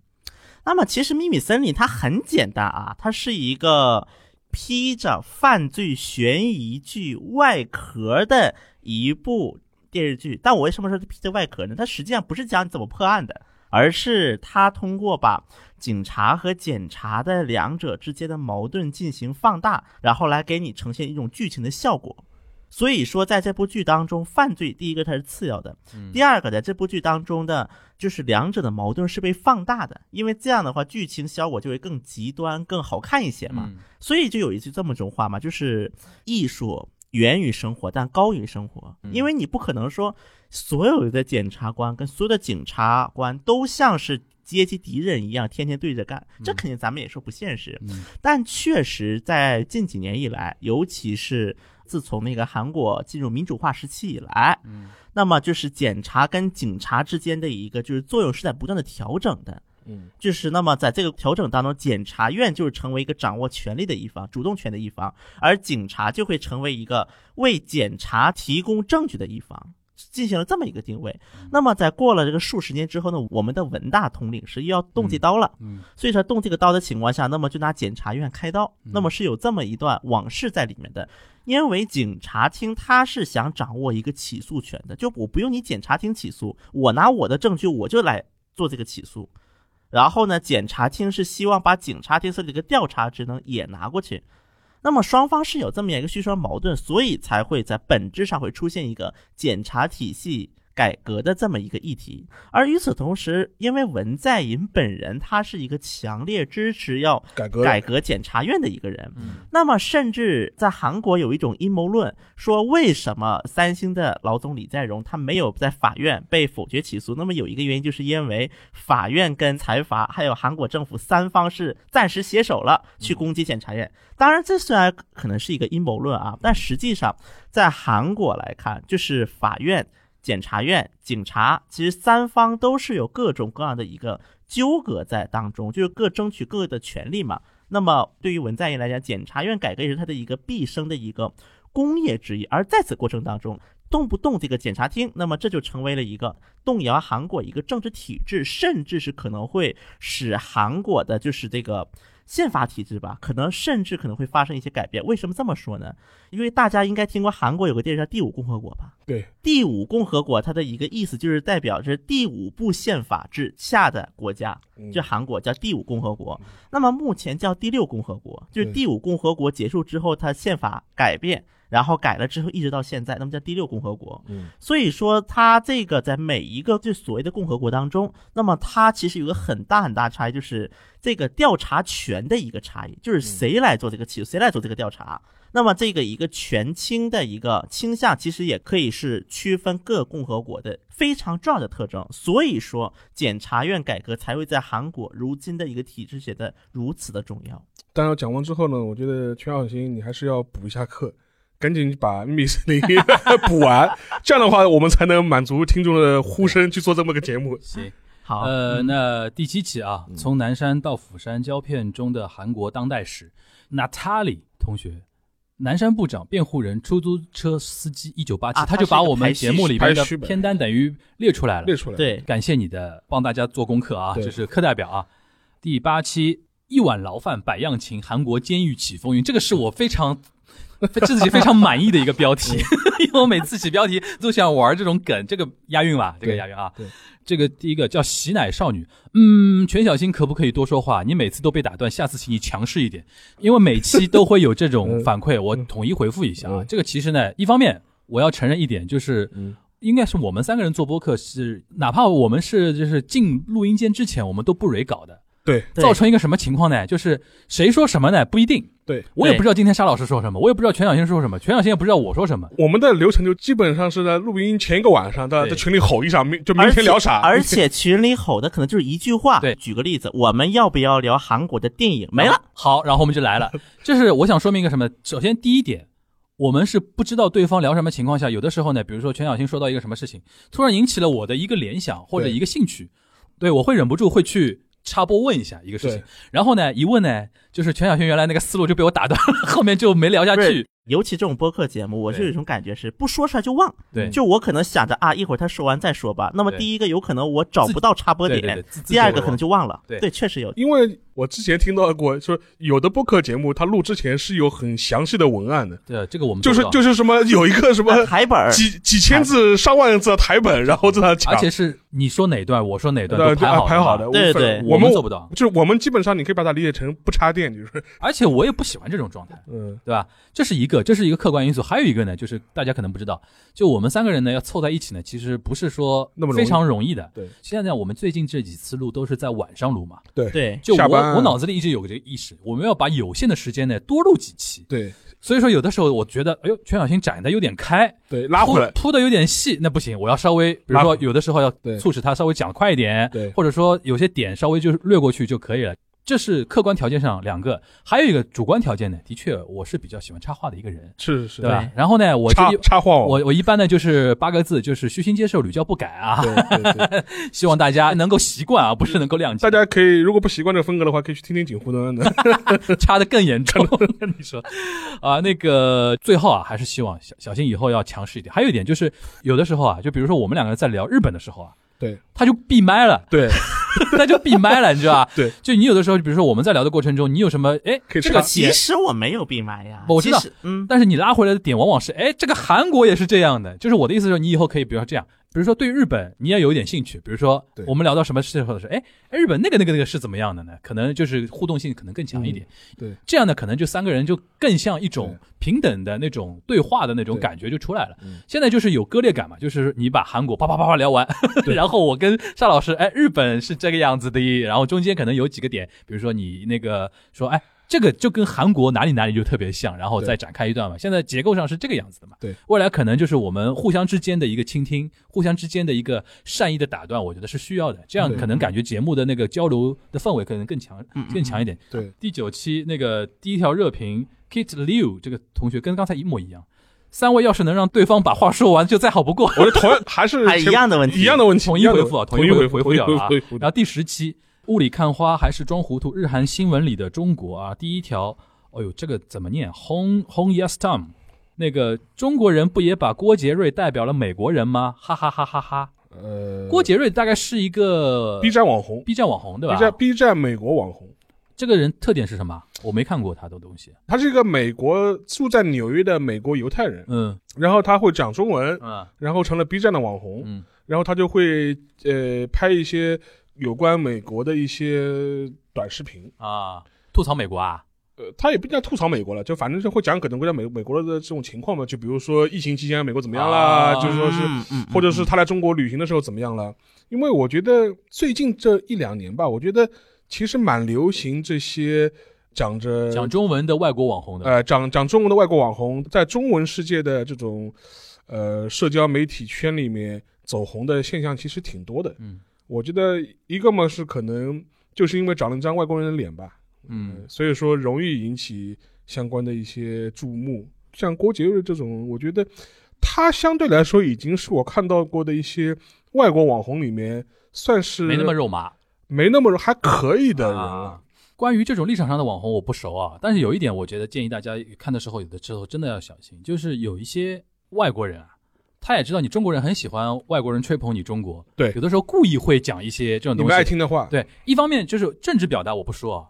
D: 那么其实《秘密森林》它很简单啊，它是一个披着犯罪悬疑剧外壳的一部电视剧。但我为什么说它披着外壳呢？它实际上不是讲怎么破案的，而是它通过把警察和检察的两者之间的矛盾进行放大，然后来给你呈现一种剧情的效果。所以说，在这部剧当中，犯罪第一个它是次要的，第二个在这部剧当中的就是两者的矛盾是被放大的，因为这样的话剧情效果就会更极端、更好看一些嘛。
C: 嗯
D: 所以就有一句这么种话嘛，就是艺术源于生活，但高于生活。
C: 嗯
D: 因为你不可能说所有的检察官跟所有的警察官都像是阶级敌人一样，天天对着干，这
C: 嗯
D: 肯定咱们也说不现实。
C: 嗯
D: 但确实，在近几年以来，尤其是自从那个韩国进入民主化时期以来，
C: 嗯
D: 那么就是检察跟警察之间的一个就是作用是在不断的调整的。
B: 嗯
D: 就是那么在这个调整当中，检察院就是成为一个掌握权力的一方，主动权的一方，而警察就会成为一个为检察提供证据的一方。进行了这么一个定位，
C: 嗯
D: 那么在过了这个数十年之后呢，我们的文大统领是要动这刀了，
C: 嗯
D: 所以说动这个刀的情况下，那么就拿检察院开刀，
C: 嗯
D: 那么是有这么一段往事在里面的。因为警察厅他是想掌握一个起诉权的，就我不用你检察厅起诉，我拿我的证据我就来做这个起诉。然后呢，检察厅是希望把警察厅这里的调查职能也拿过去。那么双方是有这么一个虚双矛盾，所以才会在本质上会出现一个检察体系改革的这么一个议题。而与此同时，因为文在寅本人他是一个强烈支持要
B: 改革
D: 改革检察院的一个人，
C: 嗯
D: 那么甚至在韩国有一种阴谋论，说为什么三星的老总李在镕他没有在法院被否决起诉？那么有一个原因就是因为法院跟财阀还有韩国政府三方是暂时携手了去攻击检察院。当然，这虽然可能是一个阴谋论啊，但实际上在韩国来看，就是法院。检察院、警察，其实三方都是有各种各样的一个纠葛在当中，就是各争取各的权利嘛。那么对于文在寅来讲，检察院改革也是他的一个毕生的一个工业之一。而在此过程当中，动不动这个检察厅，那么这就成为了一个动摇韩国一个政治体制，甚至是可能会使韩国的就是这个。宪法体制吧，可能甚至可能会发生一些改变。为什么这么说呢？因为大家应该听过韩国有个电视叫《第五共和国》吧？
B: 对，
D: 第五共和国它的一个意思就是代表是第五部宪法制下的国家，
B: 嗯
D: 就韩国叫第五共和国，那么目前叫第六共和国，就是
B: 对
D: 第五共和国结束之后，它宪法改变，然后改了之后一直到现在，那么叫第六共和国。
B: 嗯
D: 所以说，它这个在每一个就所谓的共和国当中，那么它其实有个很大很大差异，就是这个调查权的一个差异，
B: 嗯
D: 就是谁来做这个起诉，谁来做这个调查。那么这个一个权倾的一个倾向，其实也可以是区分各共和国的非常重要的特征。所以说，检察院改革才会在韩国如今的一个体制显得如此的重要。
B: 当然讲完之后呢，我觉得全小新你还是要补一下课，赶紧把《秘密森林》 (laughs) 补完，这样的话我们才能满足听众的呼声去做这么个节目。
C: 行。
D: 好，
C: 呃，那第七期啊，从南山到釜山胶片中的韩国当代史，娜塔莉同学。南山部长、辩护人、出租车司机，一九八七，
D: 啊
C: 他就把我们节目里边
B: 它是一
C: 的
B: 个排序排序本
C: 片单等于列出来了。
B: 列出来，，
D: 对，
C: 感谢你的帮大家做功课啊，
B: 对
C: 这是课代表啊。第八期一碗牢饭百样情，韩国监狱起风云，这个是我非常。 (laughs) 自己非常满意的一个
B: (laughs)
C: 标题，因为我每次起标题都想玩这种梗，这个押韵吧，这个
B: 对
C: 押韵啊
B: 对。
C: 这个第一个叫洗奶少女，嗯，全小新可不可以多说话？你每次都被打断，下次请你强势一点，因为每期都会有
B: (laughs)
C: 这种反馈，我统一回复一下啊。
B: 嗯
C: 这个其实呢，一方面我要承认一点，就是
B: 嗯
C: 应该是我们三个人做播客是，哪怕我们是就是进录音间之前，我们都不蕊稿的，
B: 对，
D: 对
C: 造成一个什么情况呢？就是谁说什么呢？不一定，
B: 对，
C: 我也
D: 对
C: 不知道今天沙老师说什么，我也不知道全小新说什么，全小新也不知道我说什么。
B: 我们的流程就基本上是在录音前一个晚上，大家
C: 对
B: 在群里吼一场，明就明
D: 而且
B: 天聊啥，(laughs)
D: 而且群里吼的可能就是一句话。
C: 对
D: 举个例子，我们要不要聊韩国的电影？没了。。
C: 好，然后我们就
B: (laughs)
C: 来了。这是我想说明一个什么？首先第一点，我们是不知道对方聊什么情况下，有的时候呢，比如说全小新说到一个什么事情，突然引起了我的一个联想或者
B: 对
C: 一个兴趣，对我会忍不住会去插播问一下一个事情
B: 对。
C: 然后呢，一问呢，就是全小新原来那个思路就被我打断了，后面就没聊下
D: 不
C: 去
D: 是。尤其这种播客节目，我就有一种感觉是不说出来就忘。
C: 对
D: 就我可能想着啊，一会儿他说完再说吧。那么
C: 嗯对
D: 第一个有可能我找不到插播
C: 对对对
D: 点，
C: 自自
D: 第二
C: 己
D: 个
C: 忘
D: 可能就忘了。
C: 对
D: 确实有。
B: 因为我之前听到过，说有的播客节目它录之前是有很详细的文案的，
C: 对这个我们
B: 就是
C: 是，
B: 就是什么有一个什么
D: 台本儿
B: 几几千字、上万字的台本，然后在那讲，
C: 而且是你说哪段，我说哪段
B: 呃
C: 都
B: 就
C: 排
B: 啊
C: 好
B: 排好的，
C: 的嘛。
D: 对
B: 我
D: 对
B: 我
C: 我
B: 们
C: 们做不到，
B: 就是我们基本上你可以把它理解成不插电，就是
C: 而且我也不喜欢这种状态。
B: 嗯
C: 对吧？这是一个，这是一个客观因素，还有一个呢，就是大家可能不知道，就我们三个人呢要凑在一起呢，其实不是说
B: 那么容易
C: 非常容易的。
B: 对
C: 现在我们最近这几次录都是在晚上录嘛，
D: 对，
C: 就
B: 下班
C: 我我脑子里一直有个这个意识，我们要把有限的时间呢多录几期。
B: 对
C: 所以说有的时候我觉得，哎呦，全小新展的有点开，
B: 对，拉回来，
C: 铺铺的有点细，那不行，我要稍微，比如
B: 拉
C: 说
B: 回
C: 有的时候要
B: 对
C: 促使他稍微讲快一点，
B: 对
C: 或者说有些点稍微就是略过去就可以了。这是客观条件上两个，还有一个主观条件呢，的确我是比较喜欢插话的一个人，
B: 是是是，
C: 对吧？然后呢，我
B: 插
C: 这一
B: 插话王，
C: 我我一般呢就是八个字，就是虚心接受，屡教不改啊。
B: 对对
C: (laughs)
B: 对，
C: 希望大家能够习惯啊，不是能够谅解。
B: 大家可以如果不习惯这个风格的话，可以去听听锦湖端的。
C: 差的更严重。我跟 (laughs) 你说，啊，那个最后啊，还是希望小小新以后要强势一点。还有一点就是，有的时候啊，就比如说我们两个人在聊日本的时候啊，
B: 对
C: 他就闭麦了，
B: 对，
C: 他就闭麦了，你知道吧？
B: (laughs) 对，
C: 就你有的时候，比如说我们在聊的过程中，你有什么哎
B: 可以
C: 这个
B: 插
C: 其
D: 其
C: 实，
D: 实我没有闭麦呀，
C: 我知道
D: 其实，嗯，
C: 但是你拉回来的点往往是哎这个韩国也是这样的。就是我的意思是，你以后可以比如说这样。比如说，对日本你也有一点兴趣。比如说
B: 对，
C: 我们聊到什么事后的时候，哎，哎日本那个那个那个是怎么样的呢？可能就是互动性可能更强一点。
B: 嗯对，
C: 这样呢，可能就三个人就更像一种平等的那种对话的那种
B: 对
C: 感觉就出来了
B: 嗯。
C: 现在就是有割裂感嘛，就是你把韩国啪啪啪啪聊完，
B: 对
C: 然后我跟沙老师，哎，日本是这个样子的，然后中间可能有几个点，比如说你那个说，哎。这个就跟韩国哪里哪里就特别像，然后
B: 对
C: 再展开一段嘛。现在结构上是这个样子的嘛。
B: 对，
C: 未来可能就是我们互相之间的一个倾听，互相之间的一个善意的打断，我觉得是需要的。这样
B: 对
C: 可能感觉节目的那个交流的氛围可能更强
D: 嗯，嗯
C: 更强一点。
B: 对，
C: 第九期那个第一条热评，Kit Liu 这个同学跟刚才一模一样。三位要是能让对方把话说完，就再好不过。
B: 我的同样还是
D: 哎，一
B: 前
D: 样的问题，
B: 一样的问题，
C: 统
B: 一
C: 一
B: 样的
C: 回复啊，
B: 统
C: 一
B: 回
C: 复，
B: 统
C: 回
B: 一
C: 掉了啊
B: 回复。
C: 然后第十期，雾里看花还是装糊涂，日韩新闻里的中国啊，第一条，哦呦，这个怎么念？Hong Hong Yes Tom，那个中国人不也把郭杰瑞代表了美国人吗？哈哈哈哈哈！
B: 呃，
C: 郭杰瑞大概是一个
B: B 站网红
C: B 站网红对吧
B: ，B 站 B 站美国网红，
C: 这个人特点是什么？我没看过他的东西。
B: 他是一个美国住在纽约的美国犹太人，
C: 嗯
B: 然后他会讲中文，
C: 嗯
B: 然后成了 B 站的网红，
C: 嗯
B: 然后他就会呃拍一些有关美国的一些短视频。
C: 啊，吐槽美国啊。
B: 呃，他也不叫吐槽美国了，就反正就会讲可能会在美美国的这种情况嘛，就比如说疫情期间美国怎么样啦，
C: 啊
B: 就是说是
D: 嗯，嗯
B: 或者是他来中国旅行的时候怎么样了？因为我觉得最近这一两年吧，我觉得其实蛮流行这些讲着
C: 讲中文的外国网红的，
B: 呃讲讲中文的外国网红在中文世界的这种呃社交媒体圈里面走红的现象其实挺多的。
C: 嗯
B: 我觉得一个嘛是可能就是因为长了一张外国人的脸吧，
C: 嗯，
B: 所以说容易引起相关的一些注目。像郭杰瑞这种，我觉得他相对来说已经是我看到过的一些外国网红里面算是
C: 没那么肉麻
B: 没那么还可以的人了
C: 啊。。关于这种立场上的网红，我不熟啊，但是有一点，我觉得建议大家看的时候，有的时候真的要小心，就是有一些外国人啊，他也知道你中国人很喜欢外国人吹捧你中国，
B: 对
C: 有的时候故意会讲一些这种
B: 你
C: 东
B: 们爱
C: 西。
B: 听的话，
C: 对，一方面就是政治表达，我不说啊，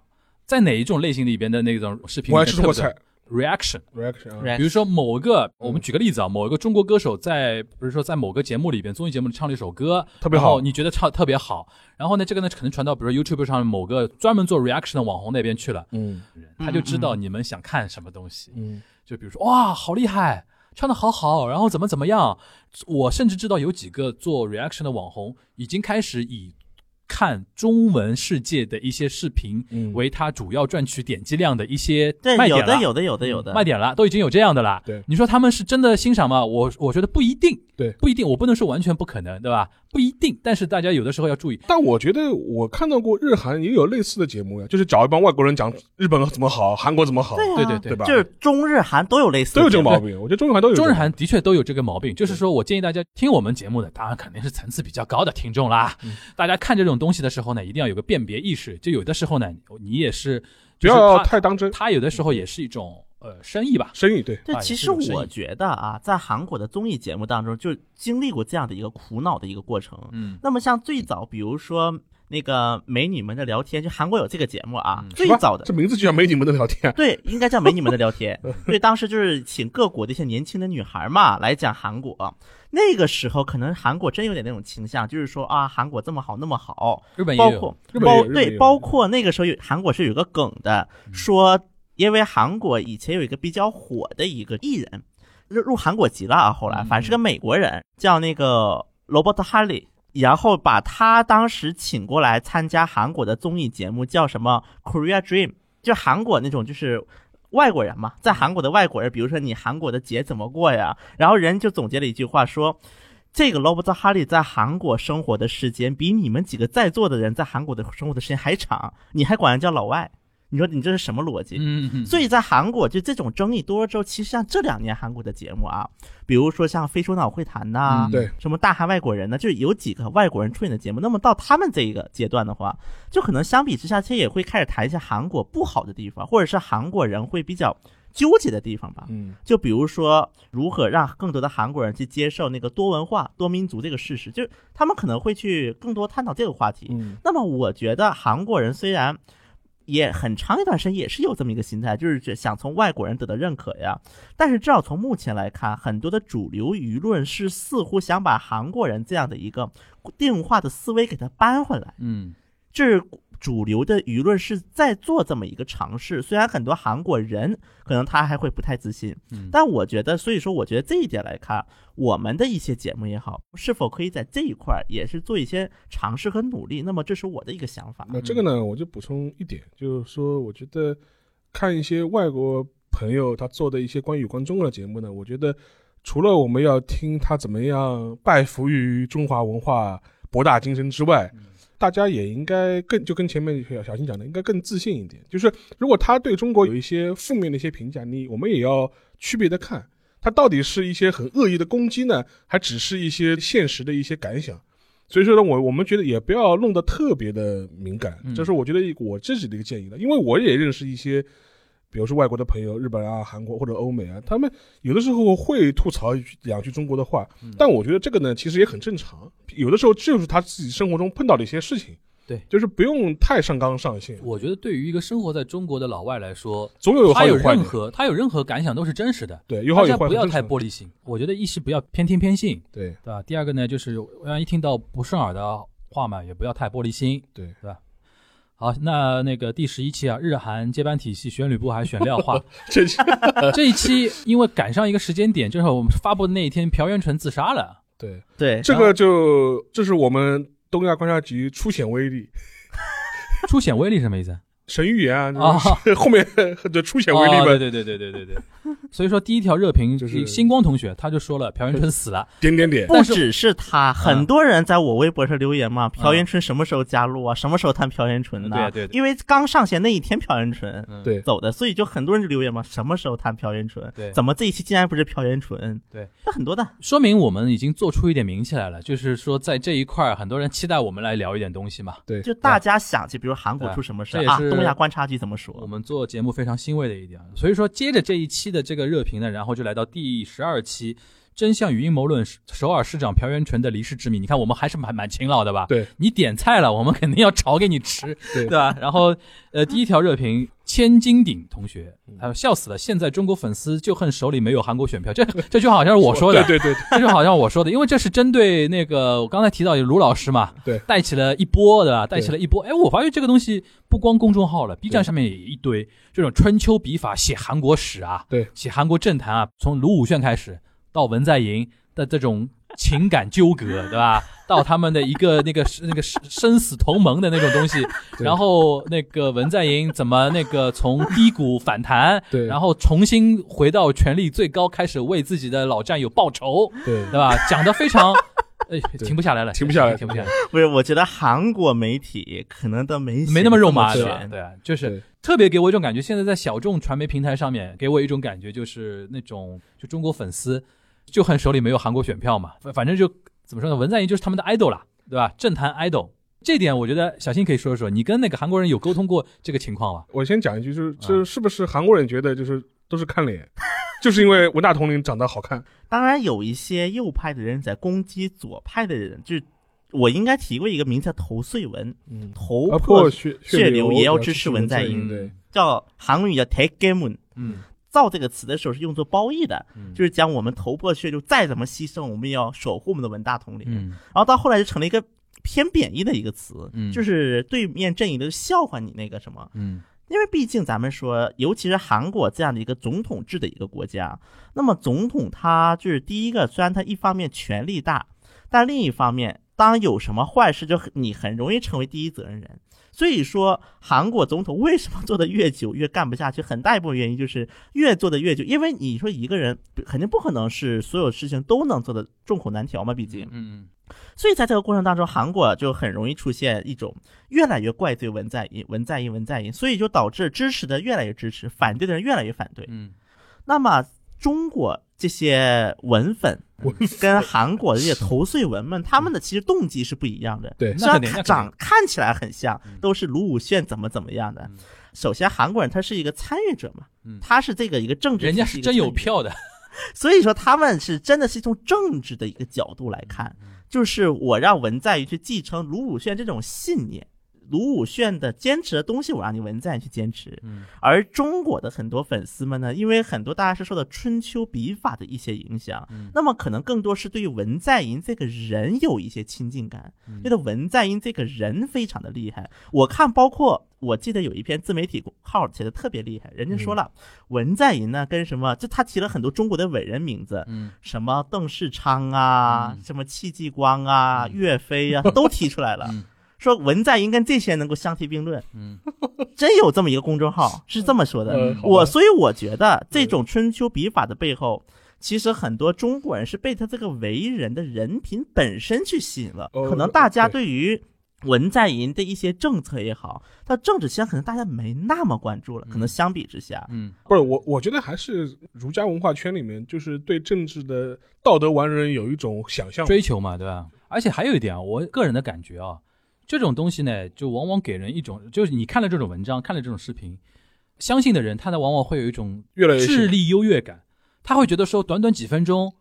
C: 在哪一种类型里边的那种视频里
B: 我
C: 面
B: 爱
C: 特
B: 吃错
C: 别多，
B: 菜
C: reaction。
B: reaction 啊。
D: Right
C: 比如说某一个，我们举个例子啊，某一个中国歌手在，比如说在某个节目里边，综艺节目里唱了一首歌，
B: 特别
C: 然后
B: 好
C: 你觉得唱得特别好，然后呢，这个呢可能传到比如说 YouTube 上某个专门做 reaction 的网红那边去了，
B: 嗯
C: 他就知道你们想看什么东西，
B: 嗯，
C: 就比如说哇，好厉害，啊唱的好好，啊然后怎么怎么样，我甚至知道有几个做 reaction 的网红已经开始以看中文世界的一些视频
B: 嗯
C: 为他主要赚取点击量的一些
D: 对，
C: 卖点了
D: 有的有的有的有的，
C: 卖点了，都已经有这样的了。
B: 对
C: 你说他们是真的欣赏吗？我我觉得不一定，
B: 对
C: 不一定，我不能说完全不可能，对吧？不一定，但是大家有的时候要注意，
B: 但我觉得我看到过日韩也有类似的节目呀，就是找一帮外国人讲日本怎么好，韩国怎么好，
D: 对啊
C: 对对
B: 对
C: 对。
B: 吧？
D: 就是中日韩都有类似的
B: 都有这个
D: 节目
B: 毛病，我觉得中日韩都有这
C: 中
B: 个毛病。
C: 日韩的确都有这个毛病，就是说我建议大家听我们节目的，当然肯定是层次比较高的听众啦。
B: 嗯
C: 大家看这种东西的时候呢，一定要有个辨别意识，就有的时候呢，你也是
B: 不
C: 就是
B: 要
C: 他
B: 太当真，
C: 他有的时候也是一种呃生意吧，
B: 生意对
D: 对
C: 啊，
D: 其
C: 也是
D: 实
C: 有争
D: 我
C: 议
D: 觉得啊，在韩国的综艺节目当中，就经历过这样的一个苦恼的一个过程。
C: 嗯，
D: 那么像最早，比如说那个美女们的聊天，就韩国有这个节目
C: 嗯
D: 啊，最
B: 是吧
D: 早的
B: 这名字就像没你们的聊天，
D: 对，应该叫美女们的聊天。对，当时就是请各国的一些年轻的女孩嘛来讲韩国。那个时候可能韩国真有点那种倾向，就是说啊，韩国这么好那么好，
C: 日本也
D: 包
C: 有
D: 括
B: 日本也
D: 包
B: 有日本也嗯
D: 对，
B: 有
D: 包括那个时候有韩国是有个梗的，说因为韩国以前有一个比较火的一个艺人，入入韩国籍了啊，后来
C: 嗯
D: 反正是个美国人，叫那个罗伯特哈利，然后把他当时请过来参加韩国的综艺节目，叫什么《Korea Dream》，就韩国那种就是。外国人嘛，在韩国的外国人，比如说你韩国的节怎么过呀？然后人就总结了一句话说，这个罗伯特·哈利在韩国生活的时间比你们几个在座的人在韩国的生活的时间还长，你还管人叫老外，你说你这是什么逻辑？
C: 嗯，嗯
D: 所以在韩国，就这种争议多了之后，其实像这两年韩国的节目啊，比如说像《非首脑会谈》呐、
C: 嗯
B: 对
D: 什么《大韩外国人》呢，就是有几个外国人出演的节目。那么到他们这一个阶段的话，就可能相比之下，其实也会开始谈一些韩国不好的地方，或者是韩国人会比较纠结的地方吧。
B: 嗯，
D: 就比如说，如何让更多的韩国人去接受那个多文化、多民族这个事实，就是他们可能会去更多探讨这个话题。
B: 嗯
D: 那么我觉得韩国人虽然也很长一段时间也是有这么一个心态，就是觉想从外国人得到认可呀，但是至少从目前来看，很多的主流舆论是似乎想把韩国人这样的一个定化的思维给它搬回来。
C: 嗯
D: 这是主流的舆论是在做这么一个尝试，虽然很多韩国人可能他还会不太自信，
C: 嗯
D: 但我觉得，所以说我觉得这一点来看，我们的一些节目也好，是否可以在这一块儿也是做一些尝试和努力？那么这是我的一个想法。
B: 那这个呢，我就补充一点，就是说，我觉得看一些外国朋友他做的一些关于关中国的节目呢，我觉得除了我们要听他怎么样拜服于中华文化博大精深之外，大家也应该更就跟前面小小新讲的，应该更自信一点。就是如果他对中国有一些负面的一些评价，你我们也要区别的看，他到底是一些很恶意的攻击呢，还只是一些现实的一些感想。所以说呢，我我们觉得也不要弄得特别的敏感，
C: 嗯
B: 这是我觉得一我自己的一个建议的，因为我也认识一些。比如说外国的朋友，日本啊、韩国或者欧美啊，他们有的时候会吐槽一句两句中国的话，
C: 嗯
B: 但我觉得这个呢，其实也很正常。有的时候就是他自己生活中碰到的一些事情，
C: 对
B: 就是不用太上纲上线，
C: 我觉得对于一个生活在中国的老外来说，
B: 总有好
C: 他有
B: 坏
C: 任
B: 的。
C: 何他有任何感想都是真实的，
B: 对，有好
C: 大
B: 有
C: 家
B: 坏，
C: 不要
B: 很正
C: 太
B: 常
C: 玻璃心。我觉得一是不要偏听偏信， (laughs)
B: 对
C: 对吧？第二个呢，就是万一听到不顺耳的话嘛，也不要太玻璃心，
B: 对
C: 对吧？好，那那个第十一期啊，日韩接班体系选吕布还是选廖
B: (laughs)
C: 化？
B: 这些
C: 这一期因为赶上一个时间点，就是我们发布的那一天，朴元淳自杀了。 (laughs)
B: 对
D: 对，
B: 这个就这是我们东亚观察局初显威力。
C: 出显威力什
B: (laughs)
C: 么意思？
B: 神预言
C: 啊
B: 啊，就是 (laughs) 后面的初显威
C: 哦
B: 力
C: 对
B: 们
C: 对对对对对对 (laughs) 对。所以说第一条热评
B: 就是
C: 星光同学他就说了，朴元淳死了。
B: 点点点，
D: 不
C: 但是嗯
D: 只是他，很多人在我微博上留言嘛，朴元春什么时候加入啊？什么时候谈朴元春呢？
C: 对啊对对
D: 因为刚上线那一天朴元春
C: 嗯
B: 对
D: 走的，所以就很多人就留言嘛，什么时候谈朴元春？
C: 对
D: 怎么这一期竟然不是朴元春？
C: 对，
D: 那很多的。
C: 说明我们已经做出一点名气来了，就是说在这一块儿，很多人期待我们来聊一点东西嘛。
B: 对，
D: 就大家想起，比如韩国
C: 对
D: 出什么事
C: 这也
D: 啊，
C: 是
D: 东亚观察局怎么
C: 我
D: 说？
C: 们做节目非常欣慰的一点。所以说，接着这一期的这个热评呢，然后就来到第十二期《真相与阴谋论》，首尔市长朴元淳的离世之谜。你看，我们还是蛮蛮勤劳的吧？
B: 对，
C: 你点菜了，我们肯定要炒给
B: (laughs)
C: 你吃，
B: 对
C: 吧？然后，呃，第一条热评。千金顶同学，
B: 嗯
C: 还有笑死了！现在中国粉丝就恨手里没有韩国选票，这这句好像是我说的，
B: (laughs) 对对对
C: 这就好像我说的，因为这是针对那个我刚才提到有卢老师嘛，
B: 对
C: 带起了一波的，带起了一波。哎，我发现这个东西不光公众号了，B 站上面也一堆这种春秋笔法写韩国史啊，
B: 对，
C: 写韩国政坛啊，从卢武铉开始到文在寅的这种情感纠葛，对吧？到他们的一个那个那个生死同盟的那种东西，
B: 对
C: 然后那个文在寅怎么那个从低谷反弹，
B: 对
C: 然后重新回到权力最高，开始为自己的老战友报
B: (laughs)
C: 仇，
B: 对
C: 对吧？讲的非
B: (laughs)
C: 常，哎，
B: 对
C: 停不下来了，
B: 停不下来
C: 停不下来，
D: 不是，我觉得韩国媒体可能都没
C: 没那么肉麻，
D: 嘛，
C: 对
D: 对
C: 吧？对啊，就是
B: 对
C: 特别给我一种感觉，现在在小众传媒平台上面，给我一种感觉就是那种就中国粉丝就很手里没有韩国选票嘛，反反正就怎么说呢，文在寅就是他们的 idol 啦，对吧？政坛 idol。这点我觉得小新可以说一说，你跟那个韩国人有沟通过这个情况吗？
B: 我先讲一句，就是
C: 啊
B: 这是不是韩国人觉得就是都是看脸， (laughs) 就是因为文大统领长得好看，
D: 当然有一些右派的人在攻击左派的人，就是我应该提过一个名字叫头穗文，
B: 嗯，
D: 头
B: 啊
D: 破
B: 破血
D: 血流也要
B: 要
D: 支持文在寅
B: 对，
D: 叫韩语叫 take game。
C: 嗯
D: 造这个词的时候是用作褒义的，
C: 嗯
D: 就是讲我们头破血流，再怎么牺牲，我们也要守护我们的文大统领。
C: 嗯
D: 然后到后来就成了一个偏贬义的一个词，
C: 嗯
D: 就是对面阵营的笑话你那个什么，
C: 嗯，
D: 因为毕竟咱们说，尤其是韩国这样的一个总统制的一个国家，那么总统他就是第一个，虽然他一方面权力大，但另一方面，当有什么坏事，就很你很容易成为第一责任人。所以说，韩国总统为什么做的越久越干不下去，很大一部分原因就是越做的越久，因为你说一个人肯定不可能是所有事情都能做的，众口难调嘛，毕竟。
C: 嗯
D: 所以在这个过程当中，韩国就很容易出现一种越来越怪罪文在寅、文在寅、文在寅，所以就导致支持的越来越支持，反对的人越来越反对。
C: 嗯
D: 那么中国这些文粉跟韩国的这些投碎文们，他们的其实动机是不一样的。
B: 对
D: 虽然
C: 嗯那肯定那肯定
D: 长看起来很像
C: 嗯，
D: 都是卢武铉怎么怎么样的
C: 嗯。
D: 首先，韩国人他是一个参与者嘛
C: 嗯，
D: 他是这个一个政
C: 嗯，
D: 治，
C: 人家是真有，票的，
D: 所以说他们是真的是从政治的一个角度来看，
C: 嗯
D: 就是我让文在寅去继承卢武铉这种信念。卢武铉的坚持的东西，我让你文在寅去坚持。
C: 嗯
D: 而中国的很多粉丝们呢，因为很多大家是受到春秋笔法的一些影响，
C: 嗯
D: 那么可能更多是对于文在寅这个人有一些亲近感，
C: 嗯
D: 觉得文在寅这个人非常的厉害。我看，包括我记得有一篇自媒体号写的特别厉害，人家说了，
C: 嗯
D: 文在寅呢跟什么，就他提了很多中国的伟人名字，
C: 嗯
D: 什么邓世昌啊，
C: 嗯
D: 什么戚继光啊，
C: 嗯
D: 岳飞啊， (laughs) 他都提出来了。
C: 嗯
D: 说文在寅跟这些人能够相提并论，
C: 嗯
D: 真有这么一个公众号是这么说的。
B: 呃，好吧
D: 我所以我觉得这种春秋笔法的背后，其实很多中国人是被他这个为人的人品本身去吸引了。
B: 哦
D: 可能大家对于文在寅的一些政策也好，他政治相可能大家没那么关注了。可能相比之下，
C: 嗯
B: 不是我，我觉得还是儒家文化圈里面，就是对政治的道德完人有一种想象。
C: 追求嘛，对吧？而且还有一点啊，我个人的感觉啊，这种东西呢，就往往给人一种，就是你看了这种文章，看了这种视频，相信的人，他呢往往会有一种
B: 越来越
C: 智
B: 信
C: 力优越感，他会觉得说，短短几分钟，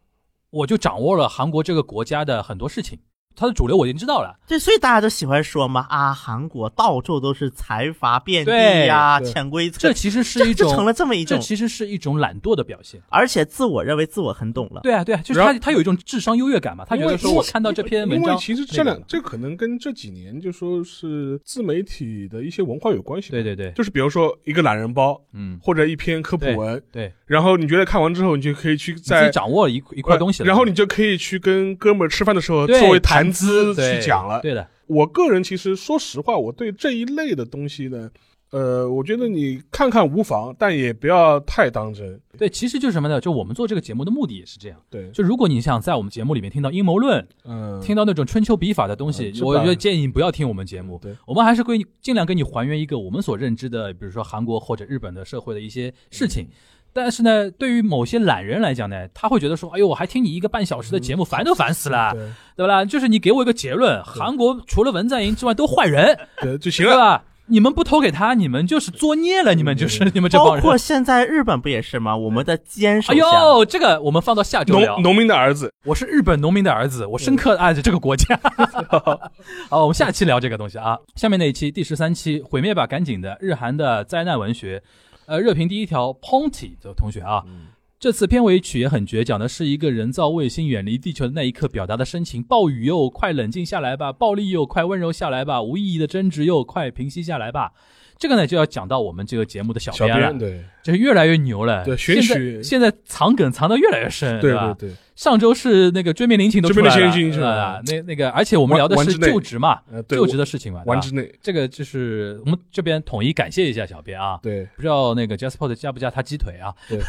C: 我就掌握了韩国这个国家的很多事情，它的主流我已经知道了。
D: 对，所以大家都喜欢说嘛啊，韩国到处都是财阀遍地
C: 对
D: 呀、
B: 对
D: 潜规则
C: 这，其实是一
D: 就成
C: 种
D: 了，这么一
C: 这
D: 种，
C: 其实是一种懒惰的表现。
D: 而且自我认为自我很懂了。
C: 对啊，对啊，就是
B: 然
C: 他
B: 后
C: 他有一种智商优越感嘛，他觉得
B: 因为
C: 说我看到这篇文
B: 因为
C: 章，
B: 其实这两这可能跟这几年就说是自媒体的一些文化有关系。
C: 对，对对，
B: 就是比如说一个懒人包
C: 嗯，
B: 或者一篇科普文，
C: 对，
B: 然后你觉得看完之后，你就可以去
C: 你自
B: 在呃
C: 己掌握了一一块东西了，
B: 然后你就可以去跟哥们儿吃饭的时候
C: 对
B: 作为
C: 谈
B: 谈资
C: 对
B: 去讲了。
C: 对的，
B: 我个人其实说实话，我对这一类的东西呢，呃，我觉得你看看无妨，但也不要太当真。
C: 对，其实就是什么呢？就我们做这个节目的目的也是这样。
B: 对，
C: 就如果你想在我们节目里面听到阴谋论，
B: 嗯，
C: 听到那种春秋笔法的东西
B: 嗯，是吧
C: 我觉得建议你不要听我们节目。
B: 对，
C: 我们还是会尽量给你还原一个我们所认知的，比如说韩国或者日本的社会的一些事
B: 嗯
C: 情。但是呢，对于某些懒人来讲呢，他会觉得说：“哎呦，我还听你一个半小时的节目，烦都烦死了，
B: 嗯对
C: 对吧？就是你给我一个结论，韩国除了文在寅之外都坏人，
B: 对就行
C: 对
B: 了。
C: 吧？你们不投给他，你们就是作孽了，你们
B: 嗯
C: 就是你们这帮
D: 包括
C: 人。
D: 现在日本不也是吗？我们的坚守
C: 哎
D: 下，
C: 呦，这个我们放到下周聊
B: 农。农民的儿子，
C: 我是日本农民的儿子，我深刻地爱着这个
B: (laughs)
C: 国家。好，我们下期聊这个东西啊。下面那一期第十三期《毁灭吧，赶紧的》日韩的灾难文学，呃，热评第一条 Ponty 的同学啊，这次片尾曲也很绝，讲的是一个人造卫星远离地球的那一刻表达的深情，暴雨又快冷静下来吧，暴力又快温柔下来吧，无意义的争执又快平息下来吧。这个呢，就要讲到我们这个节目的小
B: 小
C: 编了，
B: 对
C: 就是越来越牛了。
B: 对
C: 现
B: 选
C: 在
B: 取
C: 现在藏梗藏的越来越深，
B: 对
C: 吧
B: 对？对，
C: 上周是那个追命林琴都出来
B: 追
C: 了，
B: 命林琴是吧
C: 啊，那那个，而且我们聊的
B: 丸
C: 是
B: 丸之内
C: 就职嘛，
B: 呃，对
C: 就职的事情嘛，
B: 丸
C: 对
B: 之
C: 吧？
B: 内，
C: 这个就是我们这边统一感谢一下小编啊，
B: 对
C: 不知道那个 Jasper 加不加他鸡腿啊？
B: 对。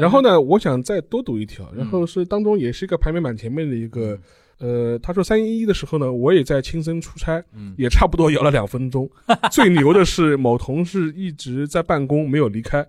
B: 然后呢，我想再多读一条，然
C: 嗯
B: 后是当中也是一个排名蛮前面的一个。呃，他说三一一的时候呢，我也在亲身出差，
C: 嗯
B: 也差不多摇了两分
C: (laughs)
B: 钟。最牛的是，某同事一直在办公，没有离开。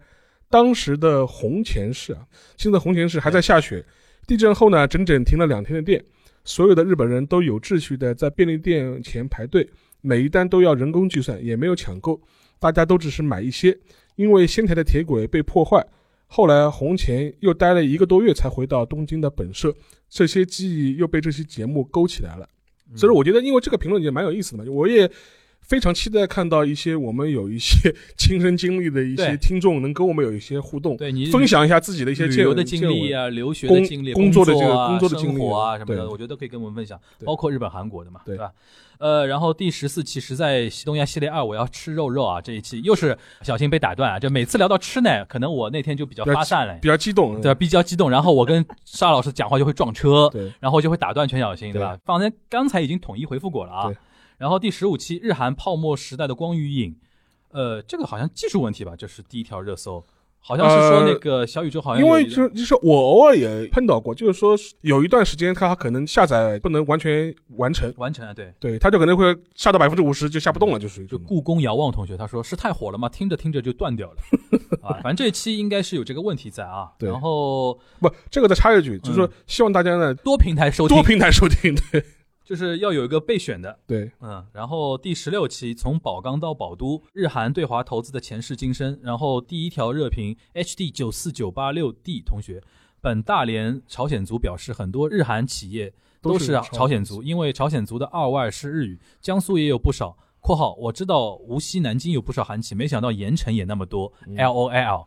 B: 当时的红前市啊，现在红前市还在下雪。地震后呢，整整停了两天的电。所有的日本人都有秩序的在便利店前排队，每一单都要人工计算，也没有抢购，大家都只是买一些。因为仙台的铁轨被破坏，后来红前又待了一个多月才回到东京的本社，这些
C: 嗯
B: 记忆又被这期节目勾起来了。所以说我觉得因为这个评论也蛮有意思的嘛，我也非常期待看到一些我们有一些 (laughs) 亲身经历的一些
C: 对
B: 听众能跟我们有一些互动，
C: 对你
B: 分享一下自己的一些
C: 旅
B: 见
C: 游的
B: 见
C: 经历
B: 闻
C: 啊，留学
B: 工
C: 的经历、
B: 工作的这个
C: 啊
B: 工作的经历
C: 生活啊什么
B: 对
C: 的，我觉得都可以跟我们分享，
B: 对
C: 包括日本、韩国的嘛，
B: 对
C: 对吧？呃，然后第十四期是在西东亚系列二，我要吃肉肉啊，这一期又是小心被打断啊，这每次聊到吃呢，可能我那天就比较
B: 比较
C: 发散了。
B: 比较激动，啊
C: 对吧？比较激动，然后我跟沙老师讲话就会撞车，
B: 对
C: 然后就会打断全小新，对吧？反正刚才已经统一回复过了啊
B: 对。
C: 然后第十五期日韩泡沫时代的光与影，呃，这个好像技术问题吧，这是第一条热搜，好像是说
B: 呃
C: 那个小宇宙好像
B: 因
C: 有
B: 为
C: 一个
B: 就就是我偶尔也碰到过，就是说有一段时间它可能下载不能完全完成，
C: 完成了，啊对。
B: 对，它就可能会下到百分之五十就下不动了，就属于这
C: 就
B: 种
C: 故宫遥望同学他说是太火了吗？听着听着就断
B: (laughs)
C: 掉了啊！反正这一期应该是有这个问题在啊。
B: 对
C: 然后
B: 不，这个再插一句，就是说希望大家呢
C: 多平台嗯收听
B: 多，平台收听，
C: (laughs)
B: 对
C: 就是要有一个备选的。
B: 对，
C: 嗯，然后第十六期从宝钢到宝都，日韩对华投资的前世今生。然后第一条热评 HD 九四九八六 D 同学，本大连朝鲜族表示，很多日韩企业都是啊朝鲜族，因为朝鲜族的二外是日语，江苏也有不少。（括号我知道无锡、南京有不少韩企，没想到盐城也那么多。L O L）。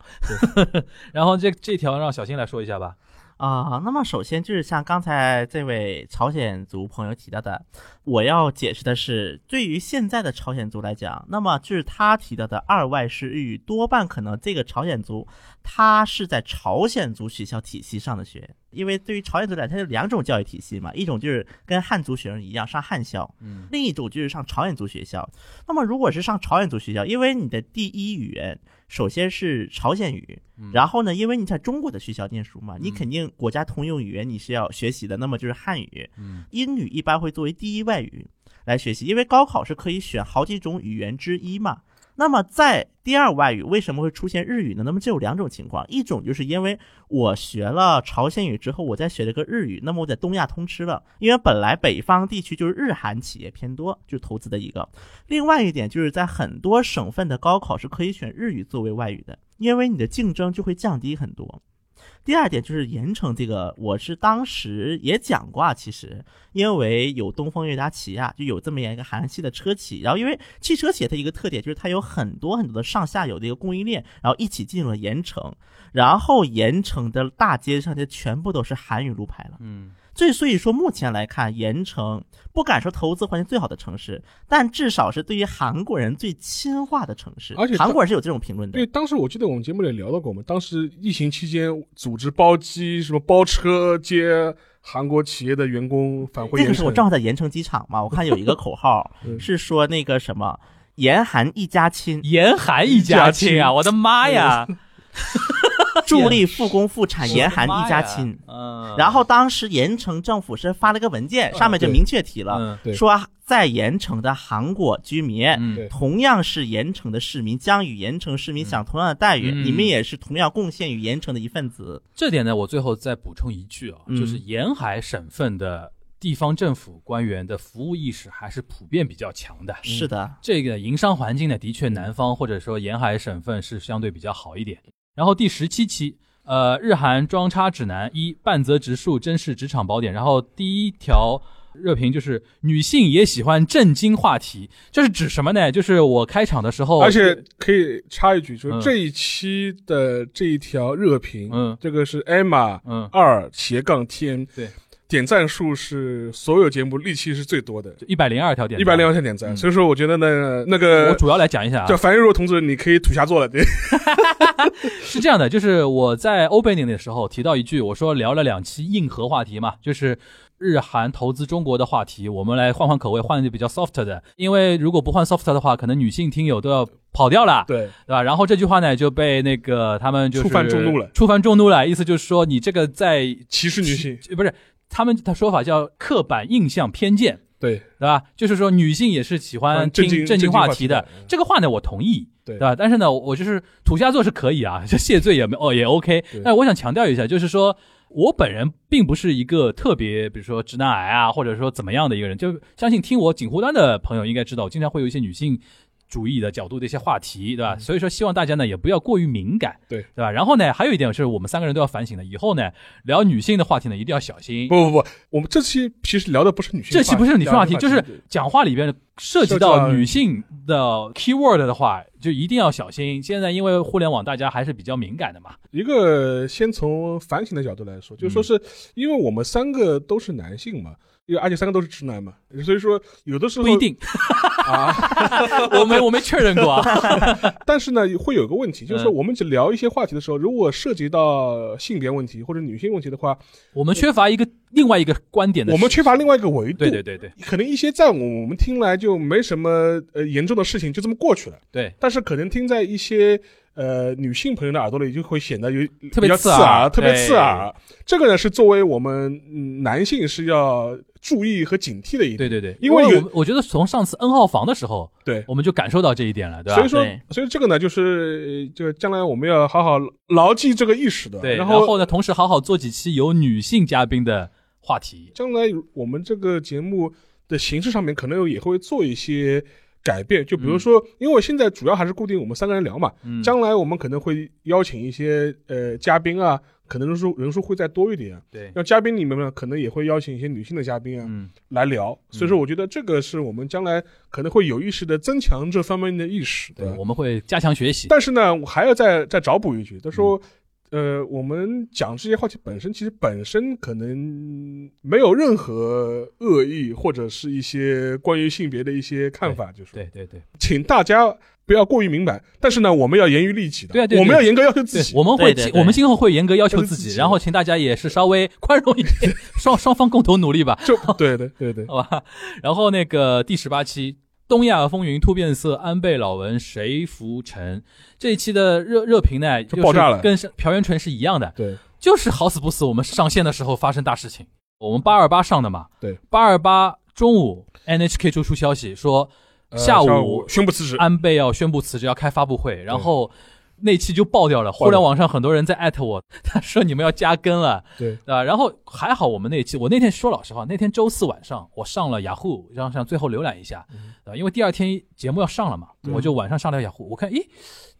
C: 然 (laughs) 后这这条让小新来说一下吧。
D: 啊、那么首先就是像刚才这位朝鲜族朋友提到的，我要解释的是，对于现在的朝鲜族来讲，那么就是他提到的二外是日语，多半可能这个朝鲜族他是在朝鲜族学校体系上的学，因为对于朝鲜族来讲，它有两种教育体系嘛，一种就是跟汉族学生一样上汉校，
C: 嗯，
D: 另一种就是上朝鲜族学校。那么如果是上朝鲜族学校，因为你的第一语言首先是朝鲜语，然后呢，因为你在中国的学校念书嘛，你肯定国家通用语言你是要学习的，那么就是汉语。
C: 嗯，
D: 英语一般会作为第一外语来学习，因为高考是可以选好几种语言之一嘛。那么在第二外语为什么会出现日语呢？那么这有两种情况，一种就是因为我学了朝鲜语之后，我再学了个日语，那么我在东亚通吃了，因为本来北方地区就是日韩企业偏多，就是投资的一个。另外一点就是在很多省份的高考是可以选日语作为外语的，因为你的竞争就会降低很多。第二点就是盐城这个，我是当时也讲过啊，其实因为有东风悦达起亚，就有这么样一个韩系的车企，然后因为汽车企业它一个特点就是它有很多很多的上下游的一个供应链，然后一起进入了盐城，然后盐城的大街上就全部都是韩语路牌了。
C: 嗯，
D: 这所以说，目前来看，盐城不敢说投资环境最好的城市，但至少是对于韩国人最亲化的城市。
B: 而且它
D: 韩国人是有这种评论的
B: 对，。当时我记得我们节目里聊到过嘛，当时疫情期间组织包机什么包车接韩国企业的员工返回
D: 这
B: 盐
D: 个是
B: 城，
D: 我正好在盐城机场嘛，我看有一个口号
B: (laughs) 嗯
D: 是说那个什么“严韩一家亲”，
C: 严寒一家亲啊！我的妈 (laughs) 呀！
D: 助力复工复产，严寒一家亲。
C: 我的妈呀。嗯，
D: 然后当时盐城政府是发了个文件，上面就
B: 嗯对
D: 明确提了，
C: 嗯
B: 对
D: 说在盐城的韩国居民，
C: 嗯
B: 对
D: 同样是盐城的市民，将与盐城市民享同样的待遇，
C: 嗯
D: 你们也是同样贡献于盐城的一份子。
B: 嗯
C: 这点呢，我最后再补充一句啊，
D: 嗯
C: 就是沿海省份的地方政府官员的服务意识还是普遍比较强的。
D: 是的，
C: 这个营商环境呢，的确南方或者说沿海省份是相对比较好一点。然后第十七期，呃，日韩装叉指南一半泽直树真是职场宝典。然后第一条热评就是女性也喜欢震惊话题，这是指什么呢？就是我开场的时候，
B: 而且可以插一句，就是
C: 哦嗯
B: 这一期的这一条热评，
C: 嗯
B: 这个是 Emma
C: 嗯，
B: 二斜杠 TN，
C: 对，
B: 点赞数是所有节目历期是最多的，
C: 一百零二条点，
B: 一百零二条点赞，
C: 嗯
B: 所以说我觉得呢，那
C: 我
B: 个
C: 主要来讲一下啊
B: 叫，樊玉若同志，你可以土下座了，对，
C: 是这样的，就是我在 opening 的时候提到一句，我说聊了两期硬核话题嘛，就是日韩投资中国的话题，我们来换换口味，换一个比较 soft 的，因为如果不换 soft 的话，可能女性听友都要跑掉了，
B: 对，
C: 对吧？然后这句话呢就被那个他们就是
B: 触犯众怒了
C: 触犯众怒了，意思就是说你这个在
B: 歧视女性，
C: 不是他们的说法叫刻板印象偏见，
B: 对，
C: 对吧？就是说女性也是喜欢
B: 嗯正经
C: 听正
B: 正经
C: 经
B: 话
C: 话
B: 题
C: 题
B: 的嗯
C: 的，这个话呢我同意，
B: 对
C: 吧？但是呢，我我就是土下座是可以啊，就谢罪也没哦也 OK
B: 对。
C: 但是我想强调一下，就是说我本人并不是一个特别，比如说直男癌啊，或者说怎么样的一个人，就相信听我锦湖端的朋友应该知道，我经常会有一些女性主义的角度的一些话题，对吧？所以说希望大家呢也不要过于敏感，
B: 嗯对
C: 对吧？然后呢，还有一点就是我们三个人都要反省的，以后呢聊女性的话题呢一定要小心。
B: 不不不，我们这期其实聊的不是女性话
C: 这
B: 题，
C: 期不是女性话
B: 聊
C: 题，
B: 的
C: 就是讲话里边涉及
B: 涉及
C: 到
B: 到
C: 女性的 keyword 的话，就一定要小心。现在因为互联网大家还是比较敏感的嘛，
B: 一个先从反省的角度来说，就是说
C: 嗯
B: 是因为我们三个都是男性嘛，因为而且三个都是直男嘛，所以说有的时候
C: 不一定，
B: 啊，
C: (laughs) 我没我没确认过啊。 (laughs)
B: 但是呢会有个问题，就是说
C: 嗯
B: 我们只聊一些话题的时候，如果涉及到性别问题或者女性问题的话，
C: 我们缺乏一个另外一个观点的，
B: 我们缺乏另外一个维度
C: 对。对对对
B: 可能一些在我们听来就没什么呃严重的事情，就这么过去了。
C: 对，
B: 但是可能听在一些呃女性朋友的耳朵里，就会显得有
C: 特别
B: 嗯比较
C: 刺
B: 刺
C: 耳
B: 特别刺
C: 对
B: 耳。这个呢是作为我们嗯男性是要注意和警惕的一点。
C: 对对对，
B: 因为有
C: 我们我觉得从上次 N 号房的时候，
B: 对
C: 我们就感受到这一点了，对吧？
B: 所以说
D: 对，
B: 所以这个呢，就是呃就将来我们要好好牢记这个意识的。
C: 对，
B: 然
C: 然
B: 后
C: 呢，同时好好做几期有女性嘉宾的话题。
B: 将来我们这个节目的形式上面可能也会做一些改变，就比如说，因为现在主要还是固定我们三个人聊嘛，
C: 嗯，
B: 将来我们可能会邀请一些呃嘉宾啊，可能人数人数会再多一点。
C: 对，
B: 那嘉宾里面呢，可能也会邀请一些女性的嘉宾啊、
C: 嗯，
B: 来聊，所以说我觉得这个是我们将来可能会有意识的增强这方面的意识
C: 对，
B: 的。
C: 我们会加强学习。
B: 但是呢，我还要再再找补一句，他
C: 嗯
B: 说。呃，我们讲这些话题本身，其实本身可能没有任何恶意，或者是一些关于性别的一些看法，就是
C: 对对对，
B: 请大家不要过于敏感，但是呢，我们要严于律己的，
C: 对啊对啊
B: 我们
C: 对啊
B: 要严格要求自
C: 对
B: 己，。
C: 我们会
D: 对对对
C: 我们今后会严格要求
B: 要求
C: 自
B: 自
C: 己，
B: 己
C: 然后请大家也是稍微宽容一点， (laughs) 双双方共同努力吧。 (laughs)
B: 就对对对对，
C: 好吧。然后那个第十八期《东亚风云突变色》，安倍老文谁浮沉？这一期的热热评呢，
B: 就爆炸了
C: 就是跟上朴元淳是一样的，
B: 对，
C: 就是好死不死，我们上线的时候发生大事情。我们八二八上的嘛，
B: 对，
C: 八二八中午 NHK 就出消息说，
B: 呃
C: 下午啊
B: 午宣布辞职，
C: 安倍要宣布辞职，要开发布会，然后。那期就爆掉了，
B: 掉
C: 互联网上很多人在艾特我，他说你们要加更了，
B: 对
C: 对吧？然后还好我们那期，我那天说老实话，那天周四晚上我上了雅虎，然后想最后浏览一下，对吧？因为第二天节目要上了嘛，
B: 嗯
C: 我就晚上上了雅虎，我看，咦，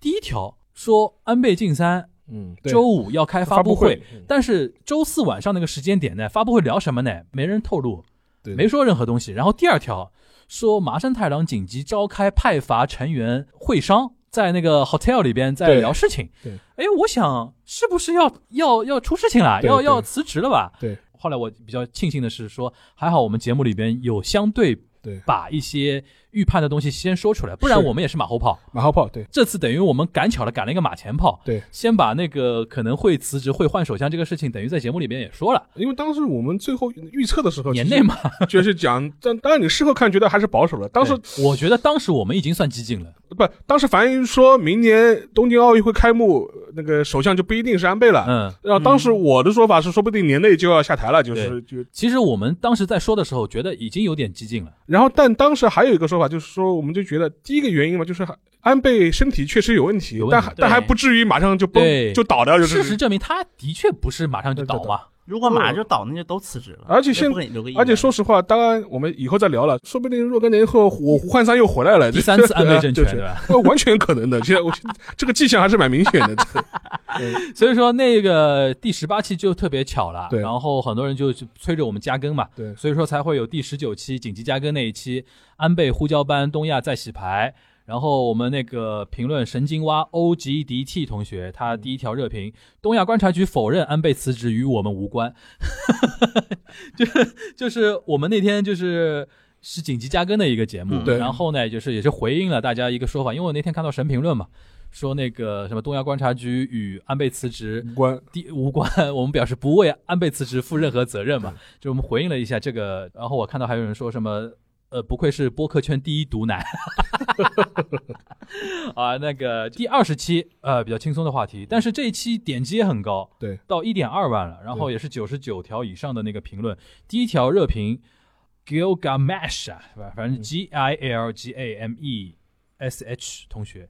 C: 第一条说安倍晋三
B: 嗯，对
C: 周五要开发
B: 发布
C: 会，
B: 会嗯
C: 但是周四晚上那个时间点呢，发布会聊什么呢？没人透露，
B: 对
C: 没说任何东西。然后第二条说麻生太郎紧急召开派阀成员会商，在那个 hotel 里边在
B: 对
C: 聊事情。
B: 对
C: 哎，我想是不是要要要出事情了，
B: 对
C: 要
B: 对
C: 要辞职了吧？
B: 对
C: 后来我比较庆幸的是说，还好我们节目里边有相对
B: 对
C: 把一些预判的东西先说出来，不然
B: 是
C: 我们也是马后炮。
B: 马后炮，对
C: 这次等于我们赶巧了，赶了一个马前炮。
B: 对，
C: 先把那个可能会辞职、会换首相这个事情，等于在节目里边也说了，
B: 因为当时我们最后预测的时候，
C: 年内嘛。
B: 就是讲，但当然你事后看觉得还是保守了， (laughs) 当时
C: 对我觉得当时我们已经算激进了，
B: 不，当时反映说明年东京奥运会开幕，呃那个首相就不一定是安倍了。
C: 嗯。
B: 然后当时我的说法是，说不定年内就要下台了，就是就。
C: 其实我们当时在说的时候，觉得已经有点激进了。
B: 然后，但当时还有一个说法，就是说，我们就觉得第一个原因嘛，就是安倍身体确实有问题，
C: 有问题
B: 但还但
D: 对
B: 还不至于马上就崩
C: 对
B: 就倒掉，就
C: 事
B: 是
C: 实证明，他的确不是马上就倒嘛。
D: 如果马上就倒，那就都辞职了。
B: 哦而且
D: 也
B: 现
D: 不给你留个意见
B: 而且说实话，当然我们以后再聊了，说不定若干年后我胡汉三又回来了，
C: 第三次安倍政权，
B: (laughs) 对啊
C: 对吧？
B: 对完全可能的。现在我觉得这个迹象还是蛮明显
C: (laughs)
B: 的。这个
C: 所以说那个第十八期就特别巧了，
B: 对
C: 然后很多人就催着我们加更嘛，
B: 对
C: 所以说才会有第十九期紧急加更那一期，安倍呼叫班东亚再洗牌。然后我们那个评论神经蛙 O G D T 同学，他第一条热评：东亚观察局否认安倍辞职与我们无关。 (laughs) 就是就是我们那天就是是紧急加更的一个节目，
D: 嗯
B: 对
C: 然后呢就是也是回应了大家一个说法，因为我那天看到神评论嘛，说那个什么东亚观察局与安倍辞职
B: 无关，
C: 第无关，我们表示不为安倍辞职负任何责任嘛。就我们回应了一下这个，然后我看到还有人说什么，呃，不愧是播客圈第一毒男。 (laughs) 啊，那个第二十期，呃，比较轻松的话题，但是这一期点击也很高，
B: 对，
C: 到一点二万了，然后也是九十九条以上的那个评论。第一条热评，Gilgamesh 啊，是吧？反
B: 嗯
C: 正 G I L G A M E S H 同学，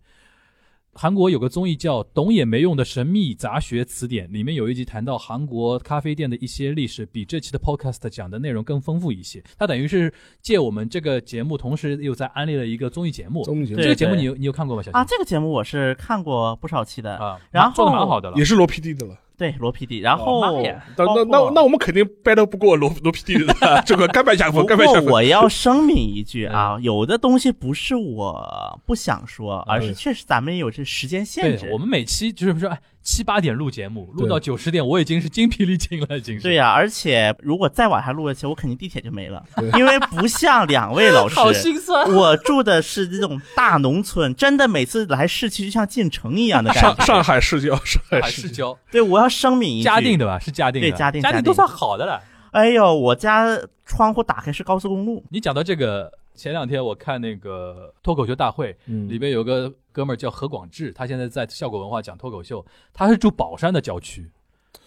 C: 韩国有个综艺叫《懂也没用的神秘杂学词典》，里面有一集谈到韩国咖啡店的一些历史，比这期的 podcast 讲的内容更丰富一些。它等于是借我们这个节目，同时又在安利了一个综艺节目。
B: 综艺节目
C: 这个节目
D: 对对
C: 你
D: 啊
C: 有你有看过吗？小新
D: 啊，这个节目我是看过不少期的，
C: 啊
D: 然后
C: 做的蛮好的了
B: 也。是罗 PD 的了。
D: 对罗 PD，然
C: 哦
D: 后
B: 哦那那那那我们肯定 battle 不过罗罗 PD
C: (laughs)
B: 的这个甘拜下
D: 不
B: 风，甘拜下
D: 过
B: 风。
D: 我要声明一句啊，有的东西不是我不想说，而是
B: 对
D: 确实咱们有这时间限制
C: 对，。我们每期就是说，哎，七八点录节目，录
B: 对
C: 到九十点，我已经是精疲力尽了，已经是。
D: 对呀、而且如果再往下录下去，我肯定地铁就没了
B: 对，
D: 因为不像两位
C: (laughs)
D: 老师，
E: 好心酸。
D: 我住的是那种大农村，真的每次来市区就像进城一样的感
B: 上
D: 觉。
B: 上海市郊，上海
C: 海
B: 市
C: 市
B: 郊，
C: 郊
D: 对，我要声明一句，
C: 哎嘉定对吧？是嘉定的，
D: 对嘉定
C: 嘉
D: 嘉
C: 定
D: 定
C: 都算好的了。
D: 哎呦，我家窗户打开是高速公路，
C: 你讲到这个，前两天我看那个脱口秀大会，
B: 嗯
C: 里边有个哥们儿叫何广智，他现在在效果文化讲脱口秀，他是住宝山的郊区，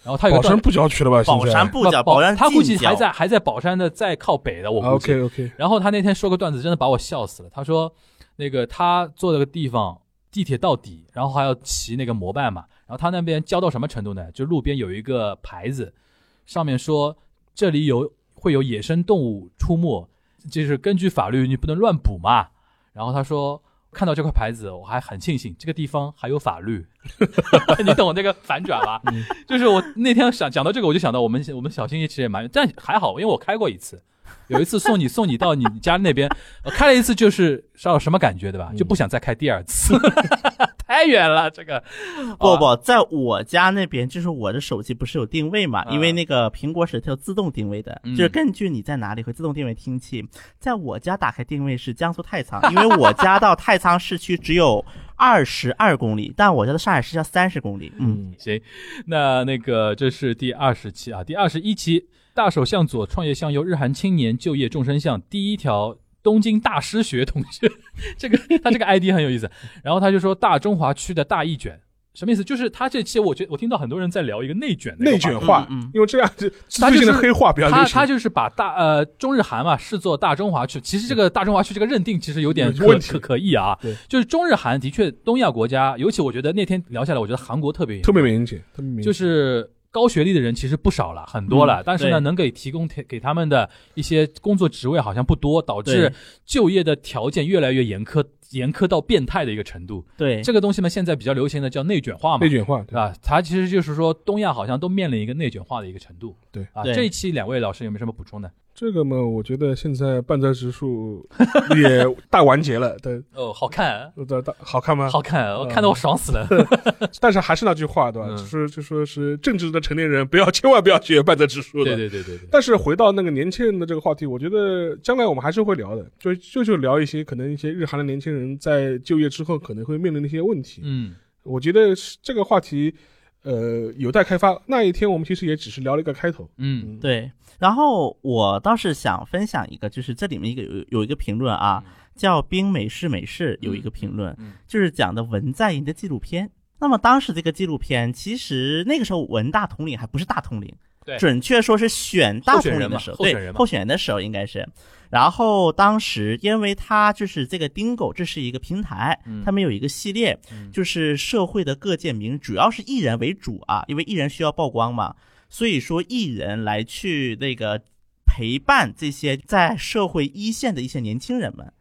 C: 然后他有
B: 宝
C: 个
B: 山不郊区了吧？
D: 宝山不叫
C: 宝
D: 宝山
C: 他估计
D: 近郊
C: 还在还在宝山的再靠北的，我估计。
B: 啊 OK OK，
C: 然后他那天说个段子，真的把我笑死了。他说，那个他坐那个地方地铁到底，然后还要骑那个摩拜嘛。然后他那边教到什么程度呢？就路边有一个牌子，上面说这里有会有野生动物出没，就是根据法律你不能乱捕嘛。然后他说。看到这块牌子，我还很庆幸这个地方还有法
D: (laughs)
C: 律，你懂这个反转吧？
D: 嗯
C: 就是我那天想讲到这个，我就想到我们我们小新其实也蛮，但还好，因为我开过一次，有一次送你送你到你家那边，我开了一次就是道什么感觉对吧？
D: 嗯
C: 就不想再开第二次， (laughs) 太远了这个。
D: 不
C: 好吧，
D: 不，在我家那边，就是我的手机不是有定位嘛？
C: 啊
D: 因为那个苹果手机它有自动定位的，
C: 嗯
D: 就是根据你在哪里会自动定位听器。在我家打开定位是江苏太仓，因为我家到太仓市区只有二十二公里，但我家的上海市要三十公里。嗯，
C: 行，那那个这是第二十期啊，第二十一期大手向左，创业向右，日韩青年就业众生相第一条。东京大师学同学， (laughs) 这个他这个 ID 很有意思。然后他就说大中华区的大一卷，什么意思？就是他这期我觉我听到很多人在聊一个内卷的
B: 内
C: 一个话题
B: 卷啊化
D: 嗯嗯嗯，
B: 因为这样就
C: 他
B: 最
C: 就是
B: 近的黑化比较
C: 他
B: 流
C: 他
B: 行，
C: 就是把大呃中日韩嘛视作大中华区，其实这个大中华区这个认定其实有点
B: 有
C: 可
B: 问题
C: 可可议啊
B: 对，
C: 就是中日韩的确东亚国家，尤其我觉得那天聊下来，我觉得韩国特别严
B: 特别明显，特别明显，
C: 就是。高学历的人其实不少了，很多了，
D: 嗯
C: 但是呢，
D: 对
C: 能给提供给给他们的一些工作职位好像不多，导致
D: 对
C: 就业的条件越来越严苛，严苛到变态的一个程度。
D: 对，
C: 这个东西呢，现在比较流行的叫内卷化嘛，
B: 内卷化，
C: 对
B: 对
C: 吧？它其实就是说，东亚好像都面临一个内卷化的一个程度。
B: 对
C: 啊，
D: 对
C: 这一期两位老师有没有什么补充的？
B: 这个嘛，我觉得现在半泽直树 (laughs) 也大完结了， (laughs) 但
C: 哦，好看，啊
B: 大大好看吗？
C: 好看，我
B: 嗯
C: 看得我爽死了。
B: 但是还是那句话，对吧？
C: 嗯
B: 就是就说是正直的成年人，不要千万不要学半泽直树的。
C: (laughs) 对对对 (laughs) 对对，
B: 但是回到那个年轻人的这个话题，我觉得将来我们还是会聊的，就就就聊一些可能一些日韩的年轻人在就业之后可能会面临的一些问题。
C: 嗯，
B: 我觉得是这个话题，呃，有待开发。那一天我们其实也只是聊了一个开头。
C: 嗯，
D: 对，然后我倒是想分享一个，就是这里面一个有有一个评论啊，叫“冰美式美式”，有一个评论，
C: 嗯嗯嗯
D: 就是讲的文在寅的纪录片。那么当时这个纪录片，其实那个时候文大统领还不是大统领，
C: 对
D: 准确说是选大统领的时候，
C: 候选人
D: 对
C: 嘛候选人嘛
D: 候选人的时候应该是。然后当时，因为他就是这个丁狗，这是一个平台，
C: 嗯
D: 他们有一个系列，就是社会的各界名，主要是艺人为主啊，因为艺人需要曝光嘛，所以说艺人来去那个陪伴这些在社会一线的一些年轻人们。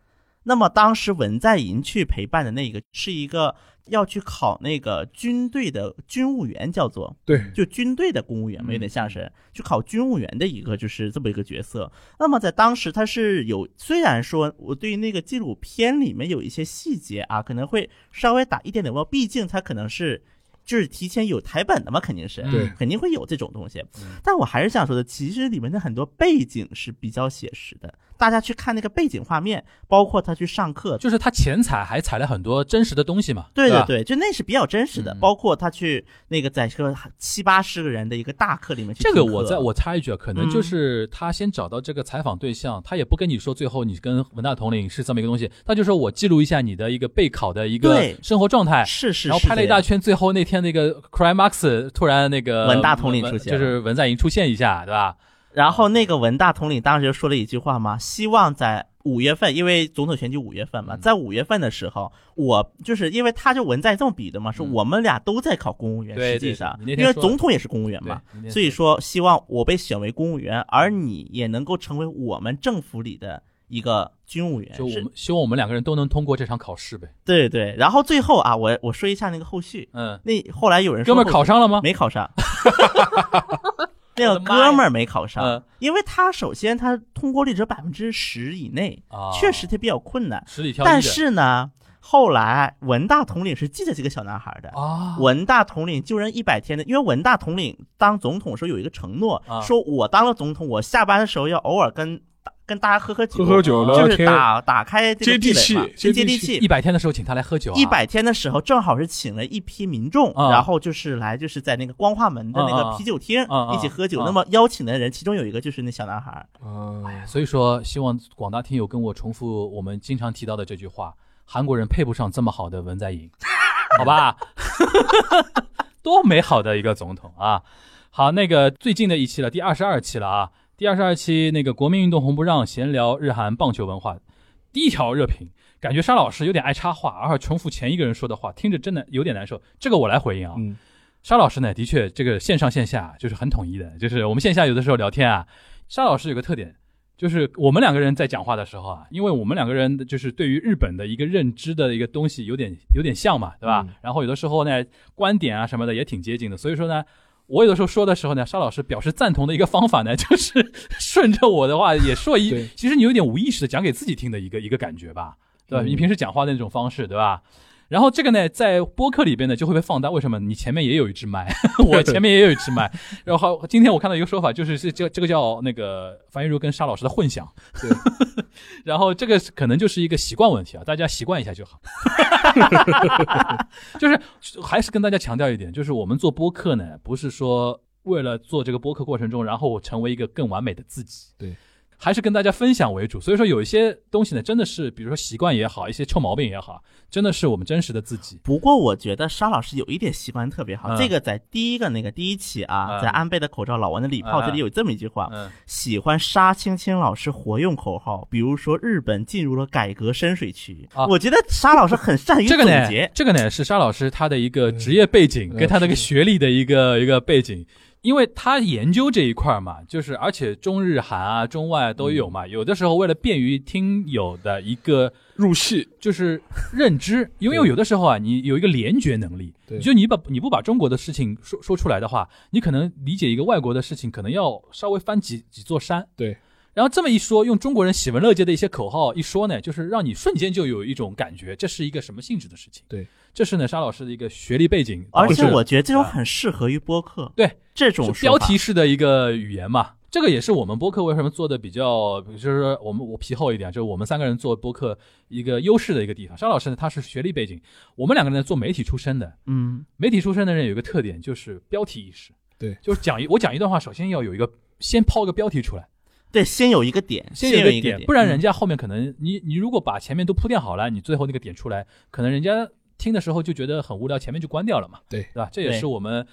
D: 那么当时文在寅去陪伴的那个是一个要去考那个军队的军务员，叫做
B: 对，
D: 就军队的公务
C: 嗯
D: 员嘛，有点像是去考军务员的一个就是这么一个角色。那么在当时他是有，虽然说我对于那个纪录片里面有一些细节啊，可能会稍微打一点点问，毕竟他可能是。就是提前有台本的嘛，肯定是，
C: 嗯对嗯
D: 肯定会有这种东西。但我还是想说的，其实里面的很多背景是比较写实的。大家去看那个背景画面，包括他去上课，
C: 就是他前采还采了很多真实的东西嘛。
D: 对
C: 吧
D: 的，，对，就那是比较真实的，
C: 嗯
D: 包括他去那个在这个七八十个人的一个大课里面去
C: 这个
D: 听
C: 我
D: 课
C: 在我插一句啊，可能
D: 嗯
C: 就是他先找到这个采访对象，他也不跟你说最后你跟文大统领是这么一个东西，他就说我记录一下你的一个备考的一个
D: 对
C: 生活状态。
D: 是是，
C: 然后
D: 是
C: 拍了
D: 这
C: 一大
D: 样
C: 圈，最后那天那个 Cry Max 突然那个
D: 文大统领出现
C: 就
D: 了
C: 是文在寅出现一下，对吧？
D: 然后那个文大统领当时就说了一句话嘛，希望在五月份，因为总统选举五月
C: 嗯
D: 份嘛，在五月份的时候，我就是因为他就文在这么比的嘛，说
C: 嗯
D: 我们俩都在考公务员，
C: 对
D: 实
C: 对
D: 际上
C: 你那天
D: 因为
C: 说了
D: 总统也是公务员嘛，
C: 对，
D: 所以说希望我被选为公务员，而你也能够成为我们政府里的一个军务员，
C: 就我
D: 是
C: 们希望我们两个人都能通过这场考试呗。
D: 对对。然后最后啊，我我说一下那个后续，
C: 嗯，
D: 那后来有人
C: 哥
D: 说
C: 们儿
D: 后
C: 考上了吗？(laughs)
D: (laughs) 没考上，那
C: 我的
D: 个
C: 妈呀
D: 哥们儿没考上
C: 嗯，
D: 因为他首先他通过率只有百分之十以内，
C: 啊，
D: 确实他比较困难。
C: 十里挑一的，
D: 但是呢，后来文大统领是记得这个小男孩的。
C: 啊，
D: 文大统领就任一百天的，因为文大统领当总统的时候有一个承诺
C: 啊，
D: 说我当了总统，我下班的时候要偶尔跟跟大家喝喝酒，
B: 喝喝酒聊聊
D: 就是
B: 天
D: 打打开这
B: 接
D: 个
B: 地
D: 壁垒嘛
B: 气
D: 接
B: 接地
D: 地
B: 气
D: 气
C: 一。百天的时候请他来喝酒、啊，
D: 一百天的时候，正好是请了一批民众，
C: 啊
D: 然后就是来就是在那个光化门的那
C: 啊啊
D: 个啤酒厅
C: 啊啊
D: 一起喝酒。
C: 啊
D: 那么邀请的人，其中有一个就是那小男孩，
B: 啊，
C: 所以说，希望广大听友跟我重复我们经常提到的这句话：韩国人配不上这么好的文在寅，好吧？ (laughs) 多美好的一个总统啊！好，那个最近的一期了，第二十二期了啊，第二十二期那个国民运动红不让闲聊日韩棒球文化，第一条热评。感觉沙老师有点爱插话，而且重复前一个人说的话，听着真的有点难受。这个我来回应啊。
B: 嗯
C: 沙老师呢，的确这个线上线下就是很统一的，就是我们线下有的时候聊天啊，沙老师有个特点，就是我们两个人在讲话的时候啊，因为我们两个人就是对于日本的一个认知的一个东西有点有点像嘛，对吧？
B: 嗯
C: 然后有的时候呢，观点啊什么的也挺接近的，所以说呢。我有的时候说的时候呢，沙老师表示赞同的一个方法呢， (laughs) 就是顺着我的话也说一
B: 对，
C: 其实你有点无意识的讲给自己听的一个一个感觉吧，对吧？
B: 嗯
C: 你平时讲话的那种方式，对吧？然后这个呢，在播客里边呢就会被放大。为什么？你前面也有一
B: (laughs)
C: 支麦，我前面也有一支麦。然后今天我看到一个说法，就是是这这个叫那个樊玉茹跟沙老师的混响。
B: 对
C: (laughs) 然后这个是可能就是一个习惯问题啊，大家习惯一
B: (laughs)
C: 下就好。就是还是跟大家强调一点，就是我们做播客呢，不是说为了做这个播客过程中，然后我成为一个更完美的自己。
B: 对。
C: 还是跟大家分享为主，所以说有一些东西呢，真的是，比如说习惯也好，一些臭毛病也好，真的是我们真实的自己。
D: 不过我觉得沙老师有一点习惯特别好，
C: 嗯
D: 这个在第一个那个第一期啊，
C: 嗯
D: 在安倍的口罩、老王的礼炮
C: 嗯
D: 这里有这么一句话，
C: 嗯，
D: 喜欢沙青青老师活用口号，比如说日本进入了改革深水区，
C: 啊
D: 我觉得沙老师很善于
C: 这
D: 总
C: 个呢
D: 结，，
C: 这个呢是沙老师他的一个职业背景
B: 嗯
C: 跟他那个
B: 是
C: 学历的一个一个背景，因为他研究这一块嘛，就是而且中日韩啊、中外都有嘛，有的时候为了便于听友的一个
B: 入戏
C: 就是
B: (laughs)
C: 认知，因为
B: 对
C: 有的时候啊，你有一个联觉能力，
B: 对
C: 就你把你不把中国的事情说说出来的话，你可能理解一个外国的事情，可能要稍微翻几几座山。
B: 对，
C: 然后这么一说，用中国人喜闻乐见的一些口号一说呢，就是让你瞬间就有一种感觉，这是一个什么性质的事情？
B: 对，
C: 这是呢沙老师的一个学历背景，
D: 而且
C: 导致
D: 我觉得这种
C: 啊
D: 很适合于播客，
C: 对
D: 这种
C: 是
D: 说
C: 标
D: 法
C: 题式的一个语言嘛。这个也是我们播客为什么做的比较，就是说我们我皮厚一点，就是我们三个人做播客一个优势的一个地方。沙老师呢，他是学历背景，我们两个人呢做媒体出身的，
D: 嗯，
C: 媒体出身的人有一个特点就是标题意识，
B: 对
C: 就是讲一我讲一段话，首先要有一个先抛个标题出来，
D: 对，先有一个点，嗯
C: 先
D: 有
C: 有
D: 一
C: 一
D: 个
C: 点，不然人家后面可能你你如果把前面都铺垫好了，你最后那个点出来，可能人家听的时候就觉得很无聊，前面就关掉了嘛，
B: 对
C: 对吧？这也
D: 对
C: 是我们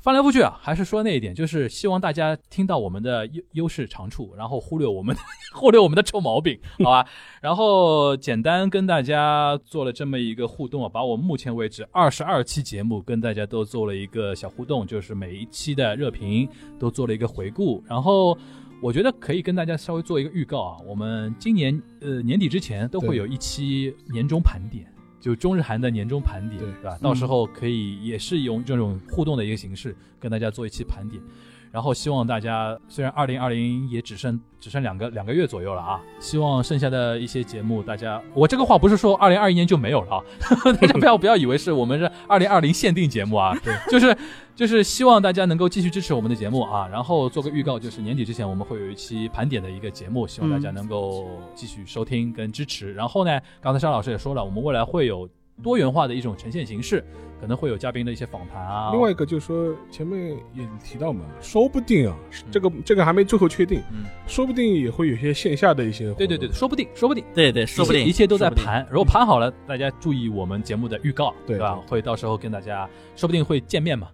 C: 翻来覆去啊，还是说那一点，就是希望大家听到我们的优优势长处，然后忽略我们忽略我们的 (laughs) 臭毛病，好吧？然后简单跟大家做了这么一个互动啊，把我目前为止二十二期节目跟大家都做了一个小互动，就是每一期的热评都做了一个回顾，然后。我觉得可以跟大家稍微做一个预告啊，我们今年呃年底之前都会
B: 对
C: 有一期年终盘点，就中日韩的年终盘点，
B: 对
C: 对吧？到时候可以也是用这种互动的一个形式跟大家做一期盘点。然后希望大家，虽然二零二零也只剩只剩两个两个月左右了啊，希望剩下的一些节目，大家我这个话不是说二零二一年就没有了啊， (laughs) 大家不要不要以为是我们是二零二零限定节目
B: (laughs)
C: 啊，
B: 对，
C: 就是就是希望大家能够继续支持我们的节目啊，然后做个预告，就是年底之前我们会有一期盘点的一个节目，希望大家
B: 嗯
C: 能够继续收听跟支持。然后呢，刚才沙老师也说了，我们未来会有多元化的一种呈现形式，可能会有嘉宾的一些访谈啊，
B: 另外一个就是说，前面也提到嘛，说不定啊，这个这个还没最后确定，
C: 嗯，
B: 说不定也会有些线下的一些活动。
C: 对对对，说不定，说不定。
D: 对对，说不定
C: 一切一切都在
D: 说不定
C: 盘。如果盘好了，大家注意我们节目的预告，
B: 对
C: 吧
B: 对？
C: 会到时候跟大家，说不定会见面嘛。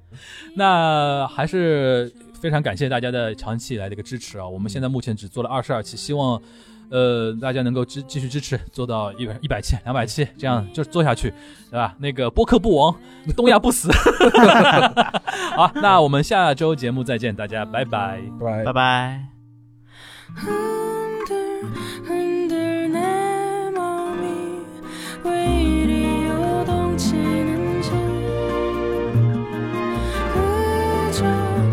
C: 那还是非常感谢大家的长期以来的一个支持啊！我们
D: 嗯
C: 现在目前只做了二十二期，希望。呃，大家能够支继续支持，做到一百一百期、两百期，这
D: 嗯
C: 样就做下去，对吧？那个播客不亡，东亚不死。 (laughs) 好，那我们下周节目再见，大家拜拜。
B: 拜
D: 拜拜。
E: 흔들 흔들 내 맘이 왜 이리 요동치는지 그저 着。